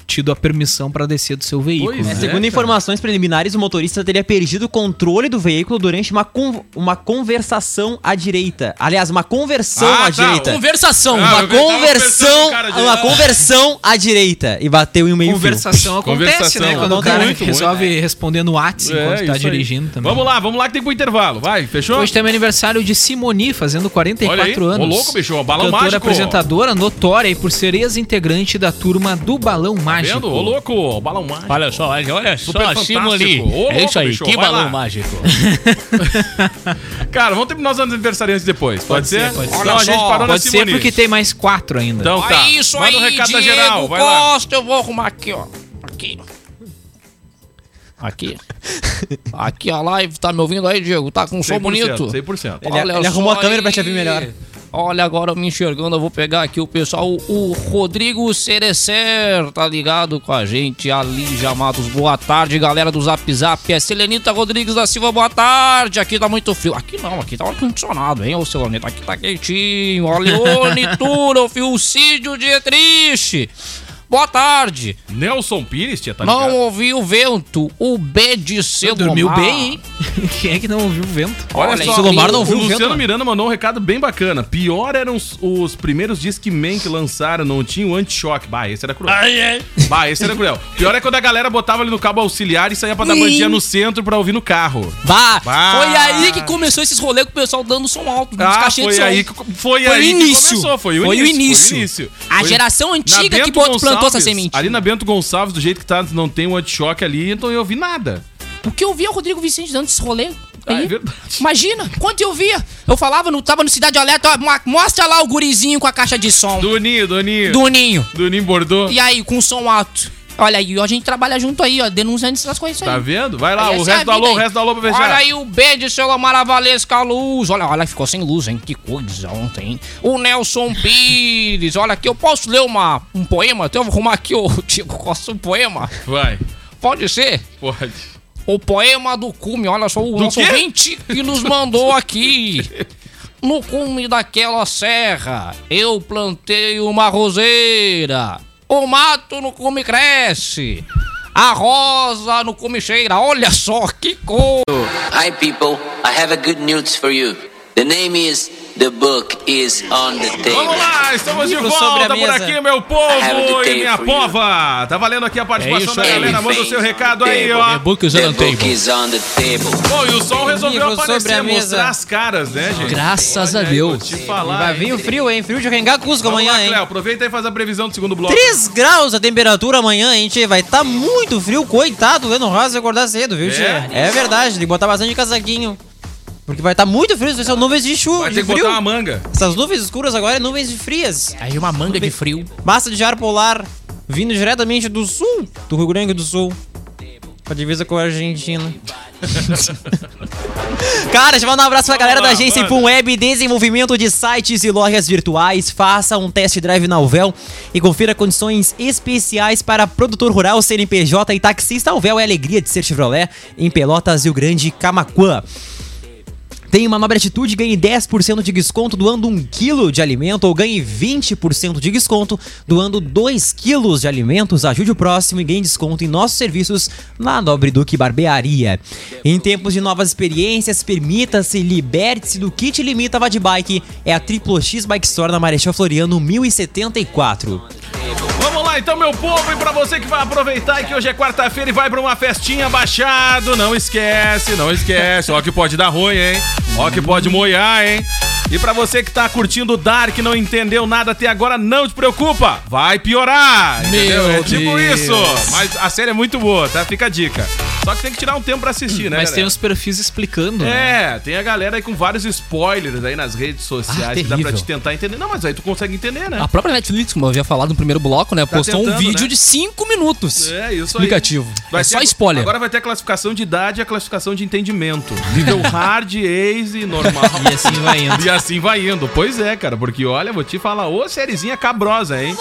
C: tido a permissão para descer do seu veículo.
A: Pois
C: né?
A: é.
D: Segundo
A: cara.
D: informações preliminares, o motorista teria perdido o controle do veículo durante uma, con- uma conversação à direita. Aliás, uma conversão
A: Ah, tá,
D: à direita.
H: Conversação.
A: Ah,
D: uma
A: eu tava conversando com
D: conversão,
A: o cara de-
D: uma conversão à direita e bateu em um meio
C: Conversação acontece,
A: Conversação.
C: né? Quando o cara
A: Muito, muito.
C: resolve responder no WhatsApp enquanto tá
A: É, isso aí.
C: dirigindo também.
A: Vamos lá, vamos lá que tem que ir pro intervalo. Vai, fechou?
C: Hoje também é aniversário de Simoni, fazendo
A: Olha aí,
C: 44 anos.
A: ô louco, bicho, ó, Balão
C: Cantora
A: Mágico.
C: apresentadora notória e por ser ex-integrante da turma do Balão Mágico.
A: Tá Vendo? Ô, louco, o balão mágico.
B: Olha só, olha, olha só,
A: Superfantástico.
B: Simone.
A: Ô, louco,
B: É isso aí,
A: bicho,
B: que
A: vai
B: balão
A: lá.
B: mágico.
A: Cara, vamos terminar os anos aniversariantes depois. Pode, ser?
B: ser, pode ser.
A: Então a gente parou na
C: Pode ser
A: Simone.
C: porque tem mais quatro ainda.
A: Então tá.
B: É isso
A: Manda
B: aí,
A: um recado da
B: Diego
A: geral, vai lá.
B: Costa, eu vou arrumar aqui, ó. Aqui. Aqui. Aqui a live, tá me ouvindo aí, Diego? Tá com um som
A: 100%,
B: bonito?
A: 100%.
D: Ele- ele
B: só
D: arrumou a câmera pra te ver melhor.
B: Olha agora eu me enxergando, eu vou pegar aqui o pessoal, o, o Rodrigo Cerecer, tá ligado com a gente, a Lígia Matos, boa tarde, galera do Zap Zap, é Selenita Rodrigues da Silva, boa tarde, aqui tá muito frio, aqui não, aqui tá ar-condicionado, hein, ô Selenita, aqui tá quentinho, ó, Leone Turof, o Cídio Dietrich, boa tarde,
A: Nelson Pires, tia, tá
B: não
A: ligado?
B: ouvi o vento, o B de Selomar.
C: Dormiu bem, hein? Quem é que não ouviu o vento?
A: Olha
B: Olha,
A: só,
B: esse Lomar não
A: o
B: viu o
A: Luciano
B: vento, né?
A: Miranda mandou um recado bem bacana. Pior eram os, os primeiros Disque Man que lançaram, não tinha o anti-choque. Bah, esse era cruel. Bah, esse era cruel. Pior é quando a galera botava ele no cabo auxiliar e saía pra dar bandinha no centro pra ouvir no carro.
B: Bah,
A: Bah.
B: Foi aí que começou esses rolês com o pessoal dando som alto, nos
A: Ah,
B: caixinhas de
A: foi
B: som.
A: aí, que, foi
B: o
A: aí
B: início.
A: que começou, foi o
B: Foi o
A: início.
B: início.
A: o início.
B: A
A: Foi-
B: geração
A: Na
B: antiga que
A: Bento
B: bot- plantou
A: Gonçalves,
B: essa semente.
A: Ali na Bento Gonçalves, do jeito que tá, não tem o anti-choque ali, então eu ouvi nada.
B: O que eu via o Rodrigo Vicente dando esse rolê.
A: Ah,
B: aí.
A: é verdade.
B: Imagina, quanto eu via. Eu falava, no, tava no Cidade Alerta, ó, mo- mostra lá o gurizinho com a caixa de som.
A: Doninho, Doninho.
B: Duninho.
A: Doninho bordou.
B: E aí, com som alto. Olha aí, ó, a gente trabalha junto aí, ó, denunciando essas coisas aí.
A: Tá vendo? Vai lá,
B: Aí
A: o
B: essa é a
A: resto do alô,
B: vida
A: o
B: aí.
A: resto do alô pra fechar.
B: Olha aí o B de seu Maravalesca Luz. Olha, olha, ficou sem luz, hein? Que coisa ontem, hein? O Nelson Pires. Olha aqui, eu posso ler uma, um poema? Então eu vou arrumar aqui, ô, Tico Costa, um poema.
A: Vai,
B: Pode ser?
A: pode.
B: O poema do cume, olha só, o
A: Do
B: nosso
A: quê?
B: ouvinte que nos mandou aqui. No cume daquela serra, eu plantei uma roseira. O mato no cume cresce. A rosa no cume cheira. Olha só que cor.
G: Hi, people. I have a good news for you. The name is The Book is on the
A: Vamos
G: Table.
A: lá, estamos de
D: Livro sobre a
A: volta por
D: mesa.
A: aqui, meu
G: Have the
A: povo e
G: table
A: minha
G: for you.
A: pova. Tá valendo aqui a
B: É
A: participação
B: isso
A: da
B: aí.
A: galera. Manda o
D: um
A: seu recado aí,
G: Table.
D: É
A: ó.
B: Book is on
G: The
B: the
G: Book
B: table.
G: is on the Table.
A: Bom, e o sol resolveu
D: Livro sobre
A: aparecer,
D: a mesa.
A: mostrar as caras, né, gente?
H: Graças a
A: Olha aí, vou
H: Deus.
A: te falar,
D: Vai
A: hein?
D: vir o frio, hein? Frio de rengar Cusco
A: Vamos
D: amanhã,
A: lá,
D: hein?
A: Cléo, aproveita e faz a previsão do segundo bloco.
D: 3 graus a temperatura amanhã, hein, tchê? Vai tá muito frio, coitado. O Leno Rosa vai acordar cedo, viu, tchê?
A: É?
D: É, verdade, tem que botar bastante casaquinho. Porque vai estar muito frio, são nuvens de chuva.
A: Vai ter
D: de
A: que
D: frio.
A: botar uma manga.
D: Essas nuvens escuras agora são nuvens de frias.
B: Aí uma manga de frio.
D: Massa de ar polar vindo diretamente do sul, do Rio Grande do Sul. Pra divisa com a Argentina. Cara, deixa eu mandar um abraço pra galera da agência Ipum Web, desenvolvimento de sites e lojas virtuais. Faça um test drive na Uvel e confira condições especiais para produtor rural, CNPJ e taxista. A Uvel é a alegria de ser Chevrolet em Pelotas, Rio Grande, Camacuã. Tem uma nobre atitude, ganhe 10% de desconto doando 1 quilo de alimento ou ganhe 20% de desconto doando 2 quilos de alimentos. Ajude o próximo e ganhe desconto em nossos serviços na Nobre Duque Barbearia. Em tempos de novas experiências, permita-se, liberte-se do kit limita vá de bike. É a Triplo X Bike Store na Marechal Floriano 1074.
A: Vamos lá então, meu povo, e pra você que vai aproveitar que hoje é quarta-feira e vai pra uma festinha baixado, não esquece, não esquece. Ó que pode dar ruim, hein? Ó que pode moiar, hein? E pra você que tá curtindo o Dark e não entendeu nada até agora, não te preocupa, vai piorar. entendeu?
B: Meu
A: é tipo
B: Deus.
A: isso. Mas a série é muito boa, tá? Fica a dica. Só que tem que tirar um tempo pra assistir, né?
C: Mas tem
A: galera?
C: uns perfis explicando, né?
A: É, tem a galera aí com vários spoilers aí nas redes sociais
B: Ah,
A: que dá pra
B: terrível.
A: te tentar entender. Não, mas aí tu consegue entender, né?
B: A própria Netflix, como eu havia falado no primeiro bloco, né? postou um
A: tentando,
B: vídeo
A: né?
B: de 5 minutos.
A: É, isso aí.
B: Explicativo.
A: Vai
B: É
A: ter
B: só
A: a-
B: spoiler.
A: Agora vai ter a classificação de idade e a classificação de entendimento. Nível hard, easy, normal.
C: E assim vai indo.
A: E assim vai indo. Pois é, cara, porque olha, vou te falar, ô sériezinha cabrosa, hein?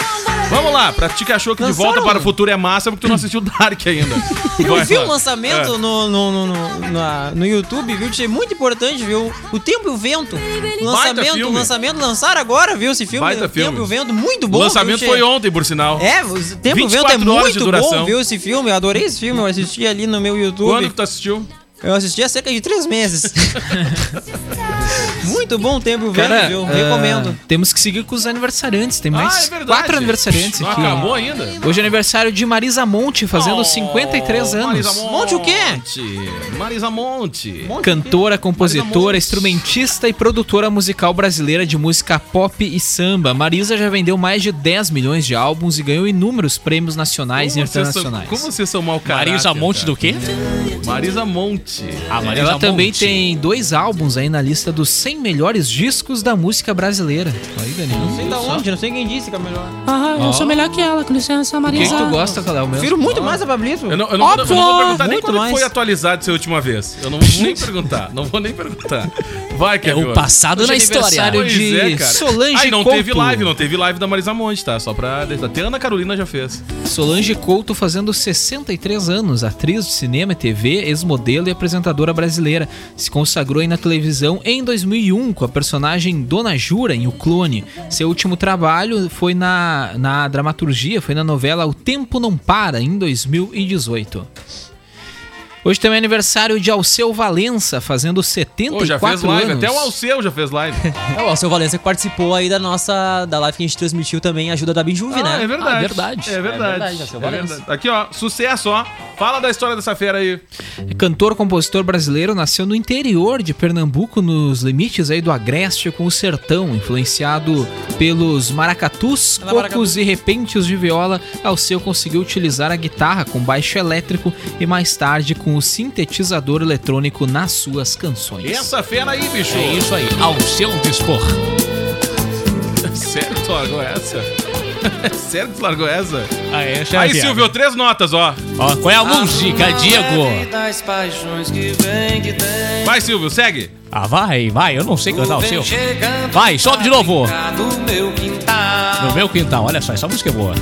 A: Vamos lá, pra ti que achou que de
D: Lançaram? um.
A: volta para o futuro é massa, porque tu não assistiu Dark ainda.
D: Eu
A: Vai, É.
D: vi um
A: vai.
D: lançamento no, no, no, no, na- no YouTube, viu? Tchê? Muito importante, viu? O Tempo e o Vento. O Lançamento,
A: filme.
D: lançamento, lançaram agora, viu? Esse filme.
A: Baita
D: O Tempo
A: filme.
D: e o Vento, muito
A: O
D: bom.
A: lançamento
D: viu, Tchê?
A: foi ontem, por sinal.
D: É, o Tempo e o Vento é
A: 24 horas de
D: muito bom,
A: duração.
D: viu? Esse filme, eu adorei esse filme, eu assisti ali no meu
A: Quando
D: YouTube.
A: que tu assistiu?
D: Eu assisti há cerca de três meses. muito bom o Tempo e o Vento,
C: Cara,
D: viu?
A: é-
C: ah,
D: Recomendo.
C: Temos que seguir com os aniversariantes. Tem mais
A: Ah, verdade. Ah,
C: quatro aniversariantes
A: Não
C: aqui.
A: acabou ainda?
C: Hoje é aniversário de Marisa Monte, fazendo
A: Oh,
C: 53 anos.
D: Monte o quê?
A: Marisa Monte.
C: Cantora,
A: Marisa
C: compositora,
A: Monte.
C: instrumentista e produtora musical brasileira de música pop e samba. Marisa já vendeu mais de 10 milhões de álbuns e ganhou inúmeros prêmios nacionais
A: Como
C: e
A: vocês são-
C: internacionais.
A: como vocês são mau caráter,
B: Marisa Monte
A: cara.
B: do quê?
A: Marisa Monte.
B: A Marisa
A: é um
C: Ela também
B: Monte.
C: tem dois álbuns aí na lista dos 100 melhores discos da música brasileira. Aí, Danilo.
A: tá
D: Não sei da onde, não sei quem disse que é melhor.
E: Ah, eu sou melhor que ela, com licença,
C: O que, que
E: Marisa.
C: tu gosta, Caléo, mesmo?
D: Prefiro muito mais a Pablito.
A: Eu não, eu não- eu não vou perguntar nem
D: Muito
A: quando
D: mais.
A: foi atualizado essa última vez. Eu não vou nem perguntar. Não vou nem perguntar. Vai,
B: É
A: Kevin.
B: o passado
C: Hoje
B: na
C: é
B: história.
C: aniversário.
A: Pois
C: de
A: é, cara.
C: Solange
A: Ah, e não
C: Couto.
A: teve live, não teve live da Marisa Monte, tá? Só pra. deixar- Até a Ana Carolina já fez.
C: Solange Couto fazendo 63 anos, atriz de cinema e TV, ex-modelo e apresentadora brasileira. Se consagrou aí na televisão em 2001 com a personagem Dona Jura em O Clone. Seu último trabalho foi na, na dramaturgia, foi na novela O Tempo Não Para, em 2018. Hoje também é aniversário de Alceu Valença, fazendo
A: Pô,
C: 74
A: já fez live.
C: anos.
A: Até o Alceu já fez live.
D: É, o seu Valença que participou aí da nossa da live que a gente transmitiu também, ajuda da Binjuve,
A: Ah,
D: né?
A: é verdade.
B: Ah, verdade.
A: É
D: É
A: verdade.
D: verdade, Alceu
A: É
D: Valença.
A: verdade. Aqui, ó. Sucesso, ó. Fala da história dessa fera aí.
C: Cantor, compositor brasileiro, nasceu no interior de Pernambuco, nos limites aí do Agreste com o Sertão, influenciado pelos maracatus,
D: Ela é
C: cocos e repentes de viola, Alceu conseguiu utilizar a guitarra com baixo elétrico e mais tarde com o sintetizador eletrônico nas suas canções.
A: Essa fera aí, bicho.
B: É isso aí, ao seu dispor.
A: Sério que tu largou essa? Sério que tu largou essa?
B: Aí, essa é a
A: Aí,
B: piada.
A: Silvio, Ah, é. três notas, ó.
B: Ó, qual é a música, Diego?
A: Vai, Silvio, segue.
B: Ah, vai, vai, eu não sei cantar o seu. Vai, sobe de novo.
I: No meu quintal,
B: No meu quintal, olha só, essa música é boa.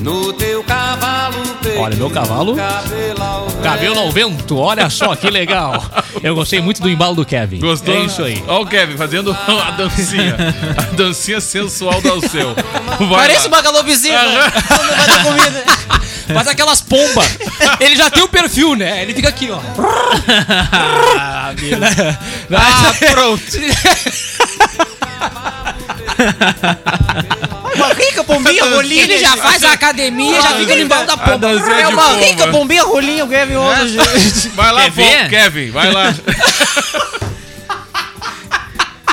I: no teu cavalo,
B: Olha, meu cavalo,
I: cabelo
B: cabelo ao vento, olha só que legal. Eu gostei muito do embalo do Kevin.
A: Gostou?
B: É isso aí.
A: Ó o Kevin fazendo a dancinha. A dancinha sensual do Alceu. Vai lá.
D: Parece uma galopezinha,
B: É.
D: quando vai dar comida.
B: Faz aquelas pombas. Ele já tem o perfil, né? Ele fica aqui, ó. ah, pronto.
D: Barrica, pombinha, rolinha.
E: Ele já faz a academia, já
B: É.
E: fica limpando da
A: A
E: pomba.
A: dancinha
D: É
A: de
D: uma rica,
A: pomba.
D: pombinha, rolinha, o Kevin hoje.
A: Vai lá,
C: Quer
A: pô,
C: ver?
A: Kevin, vai lá.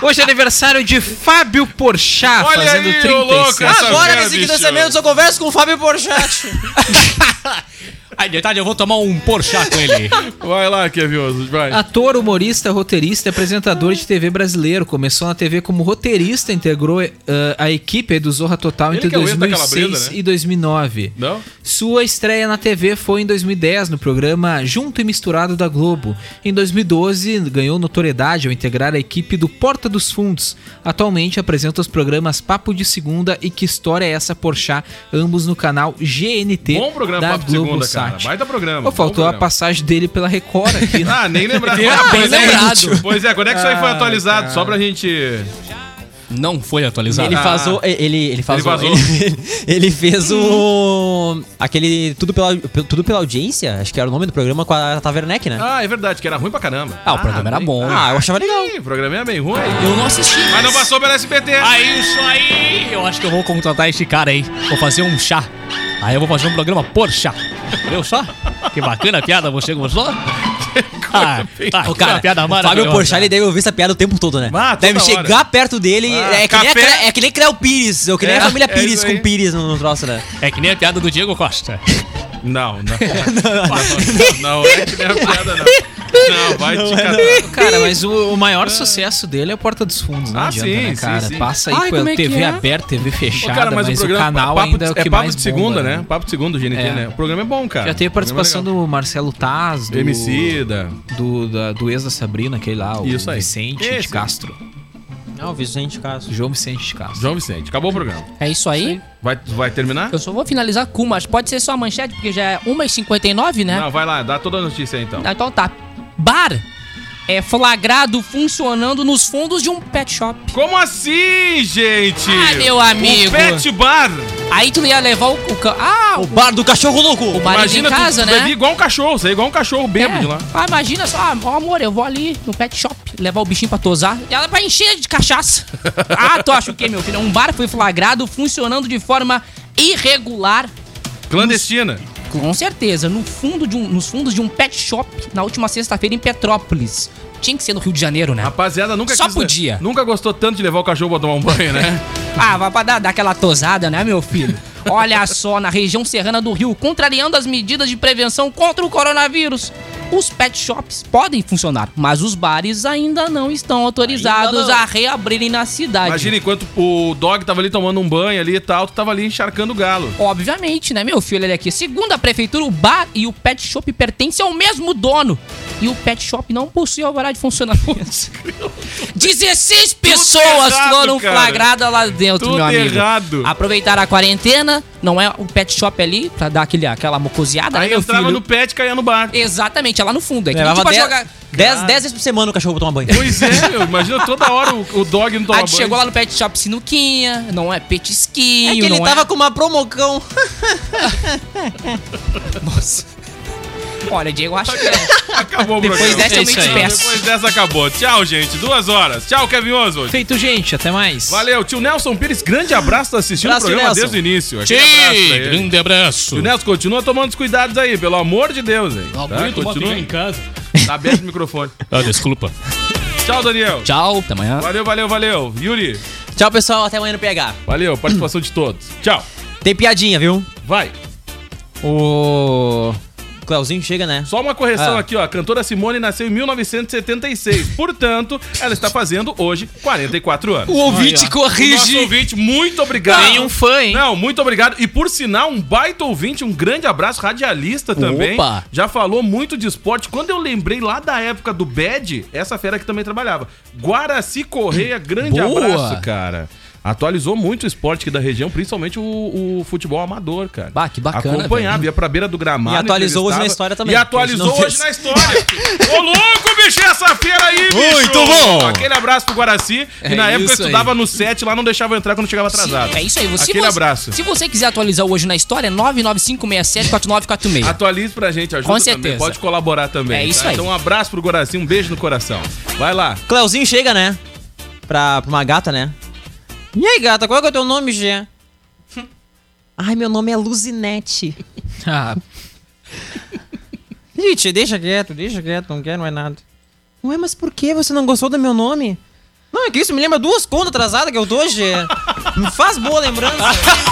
C: Hoje é aniversário de Fábio Porchat,
A: Olha
C: fazendo
A: aí, ô
C: 36.
A: louco, essa-
D: Agora,
A: fera,
D: nesse
A: bicho.
D: financiamento, eu só converso com o Fábio Porchat.
B: Aí de tarde eu vou tomar um porchá com ele.
A: Vai lá, Kevin Oswald, vai.
C: Ator, humorista, roteirista e apresentador de TV brasileiro. Começou na TV como roteirista, integrou eh, a equipe do Zorra Total
A: Ele
C: entre
A: que é o ex da
C: 2006
A: Calabresa, né?
C: e 2009.
A: Não?
C: Sua estreia na TV foi em 2010, no programa Junto e Misturado da Globo. Em 2012, ganhou notoriedade ao integrar a equipe do Porta dos Fundos. Atualmente apresenta os programas Papo de Segunda e Que História é Essa Porchá, ambos no canal GNT
A: Bom programa,
C: da
A: Papo de Segunda,
C: Globosat.
A: cara. Baita programa,
C: Pô,
A: bom
C: faltou
A: programa.
C: a passagem dele pela Record aqui, né?
A: Ah, nem lembrar.
B: Ah, bem
A: pois, é,
B: lembrado.
A: pois é, quando é que isso aí foi
C: Ah,
A: atualizado? Só pra gente. Ah.
B: Não foi atualizado.
D: Ele vazou, ele, ele vazou,
A: vazou.
D: ele, ele fez o aquele tudo pela tudo pela audiência, acho que era o nome do programa com a Taverneck, né?
A: Ah, é verdade, que era ruim pra caramba.
B: Ah, o programa era bom.
D: Ah, eu achava legal.
A: Ih, o programa é bem ruim.
B: eu não assisti.
A: Mas não passou pela SBT.
B: Ah, isso aí! Eu acho que eu vou contratar este cara aí. Vou fazer um chá. Aí eu vou fazer um programa por chá. Viu só? Que bacana a piada, você gostou? Ah, ah,
D: Ô,
A: é
B: que uma piada maravilhosa.
D: Fábio Porchat, ele deve ouvir essa piada o tempo todo, né?
A: Ah, toda
D: deve
A: hora.
D: chegar perto dele.
A: Ah,
D: é, que nem a,
A: café.
D: Clé- é que nem Cléo Pires. Ou que nem
A: É,
D: a família
A: é
D: Pires
A: isso aí.
D: com Pires no, no troço, né?
B: É que nem a piada do Diego Costa.
A: Não, não. não, não, não, é que nem a piada, não. Não, vai te catar.
C: Cara, mas o, o maior sucesso dele é a Porta dos Fundos, não
A: Ah,
C: adianta,
A: sim, sim,
C: né, cara?
A: sim.
C: Passa aí
B: Ai,
C: com
B: como
C: a
B: é que
C: TV
B: é?
C: aberta, TV fechada,
A: Ô, cara,
C: mas, o, canal
A: papo,
C: ainda é o que
A: é papo
C: mais
A: de segunda,
C: bomba,
A: né? Papo de segunda, o GNT,
C: É.
A: né? O programa é bom, cara.
C: Já teve
A: O programa é
C: participação do Marcelo Taz, do,
A: legal. Emicida.
C: do, da- do ex da Sabrina, aquele lá, o
A: Isso aí.
C: Vicente
A: Esse.
C: de Castro.
B: Ah,
D: Não, Vicente Castro.
C: João Vicente de Castro.
A: João Vicente. Acabou o programa.
E: É isso aí.
A: Vai, vai terminar?
E: Eu só vou finalizar com uma, mas pode ser só a manchete, porque já é 1h59, né?
A: Não, vai lá, dá toda a notícia aí, então.
E: Ah, Então tá. Bar é flagrado funcionando nos fundos de um pet shop.
A: Como assim, gente?
E: Ah, meu amigo.
A: Um pet bar.
E: Aí tu ia levar o. o ca- ah, o,
D: Bar do Cachorro Louco!
E: o bar em
A: tu
E: casa, né?
A: bebi igual um cachorro, você é igual um cachorro bêbado de lá.
E: Ah, imagina só, ah, ó, amor, eu vou ali no pet shop levar o bichinho pra tosar. E ela vai encher de cachaça. ah, tu acha o quê, meu filho? Um bar foi flagrado funcionando de forma irregular.
A: Clandestina.
E: Com certeza, no fundo de um, nos fundos de um pet shop na última sexta-feira em Petrópolis. Tinha que ser no Rio de Janeiro, né?
A: Rapaziada, nunca
E: Só
A: quis, né?
E: podia.
A: Nunca gostou tanto de levar o cachorro pra tomar um banho, né?
E: Ah, vai pra dar, dar aquela tosada, né, meu filho? Olha só, na região serrana do Rio, contrariando as medidas de prevenção contra o coronavírus, os pet shops podem funcionar, mas os bares ainda não estão autorizados a reabrirem na cidade.
A: Imagina enquanto o dog tava ali tomando um banho ali e tal, tu tava ali encharcando o galo.
E: Obviamente, né, meu filho? Ele aqui. Segundo a prefeitura, o bar e o pet shop pertencem ao mesmo dono. E o pet shop não possui alvará de funcionamento. 16 pessoas
A: errado,
E: foram
A: cara.
E: flagradas lá dentro,
A: Tudo
E: meu amigo.
A: errado.
E: Aproveitaram a quarentena, não é o pet shop ali, pra dar aquele, aquela mocoseada, né,
A: Aí
E: meu
A: entrava
E: filho?
A: no pet e caía no bar.
E: Exatamente, é lá no fundo. É que nem tipo
D: Levava
E: a
D: 10
E: jogar...
D: dez- dez vezes por semana o cachorro tomar banho.
A: Pois é, meu, imagina toda hora o, o dog não tomar
E: Aí
A: banho.
E: tu chegou lá no pet shop sinuquinha, não é petisquinho,
D: É que ele
E: não
D: tava com uma promocão.
E: Olha, Diego, eu acho que é.
A: Acabou o
E: Depois
A: programa.
E: dessa eu me
B: isso aí.
E: despeço.
A: Depois dessa acabou. Tchau, gente. Duas horas. Tchau, Kevin Oswald.
C: Feito, gente. Até mais.
A: Valeu, tio Nelson Pires. Grande abraço, tá assistindo
D: Abraço,
A: o programa
D: Nelson.
A: desde o início. Aquele abraço pra
B: Tchê,
A: ele.
B: grande abraço.
A: Tio Nelson, continua tomando os cuidados aí, pelo amor de Deus, hein? Tá? Continua.
B: casa.
A: Tá aberto o microfone.
B: Ah, desculpa.
A: Tchau, Daniel.
E: Tchau, até amanhã.
A: Valeu, valeu, valeu. Yuri,
D: Tchau, pessoal. Até amanhã no PH.
A: valeu. Participação de todos. Tchau.
D: Tem piadinha, viu?
A: Vai.
D: O. Cléozinho chega, né?
A: Só uma correção
D: Ah.
A: aqui, ó. A cantora Simone nasceu em 1976. Portanto, ela está fazendo hoje 44 anos.
B: O ouvinte
A: O nosso
B: corrige.
A: ouvinte, muito obrigado.
B: Tem um fã, hein?
A: Não, muito obrigado. E por sinal, um baita ouvinte, um grande abraço, radialista também.
B: Opa.
A: Já falou muito de esporte. Quando eu lembrei lá da época do Bad, essa fera que também trabalhava. Guaraci Correia, grande
B: Boa.
A: abraço, cara. Atualizou muito o esporte aqui da região, principalmente o, o futebol amador, cara.
B: Bah, que bacana,
A: Acompanhava,
B: velho.
A: ia pra beira do gramado.
D: E atualizou hoje na
A: entrevistava.
D: história também,
A: E
D: que
A: atualizou
D: a gente não
A: hoje
D: fez.
A: na história. Ô, louco, bicho, essa feira aí, bicho.
B: Muito bom.
A: Aquele abraço pro Guaraci. que
B: É
A: na época eu
B: isso aí.
A: estudava no set, lá não deixava eu entrar quando chegava atrasado.
E: Sim, é isso aí. Você,
A: Aquele
E: você-
A: abraço.
E: Se você quiser atualizar hoje na história, é 995674946.
A: Atualize pra gente, ajuda
E: Com
A: também.
E: certeza.
A: Pode colaborar também.
E: É isso aí.
A: Então um abraço pro Guaraci, um beijo no coração. Vai lá.
D: Cleuzinho chega, né? Pra, pra uma gata, né? E aí, gata, qual é, que é o teu nome, Gê?
E: Hum.
D: Ai, meu nome é Luzinete.
C: Ah,
D: Gente, deixa quieto, deixa quieto, não quer, não é nada. Ué, mas por que você não gostou do meu nome? Não, é que isso me lembra duas contas atrasadas que eu tô, Gê. Me faz boa lembrança.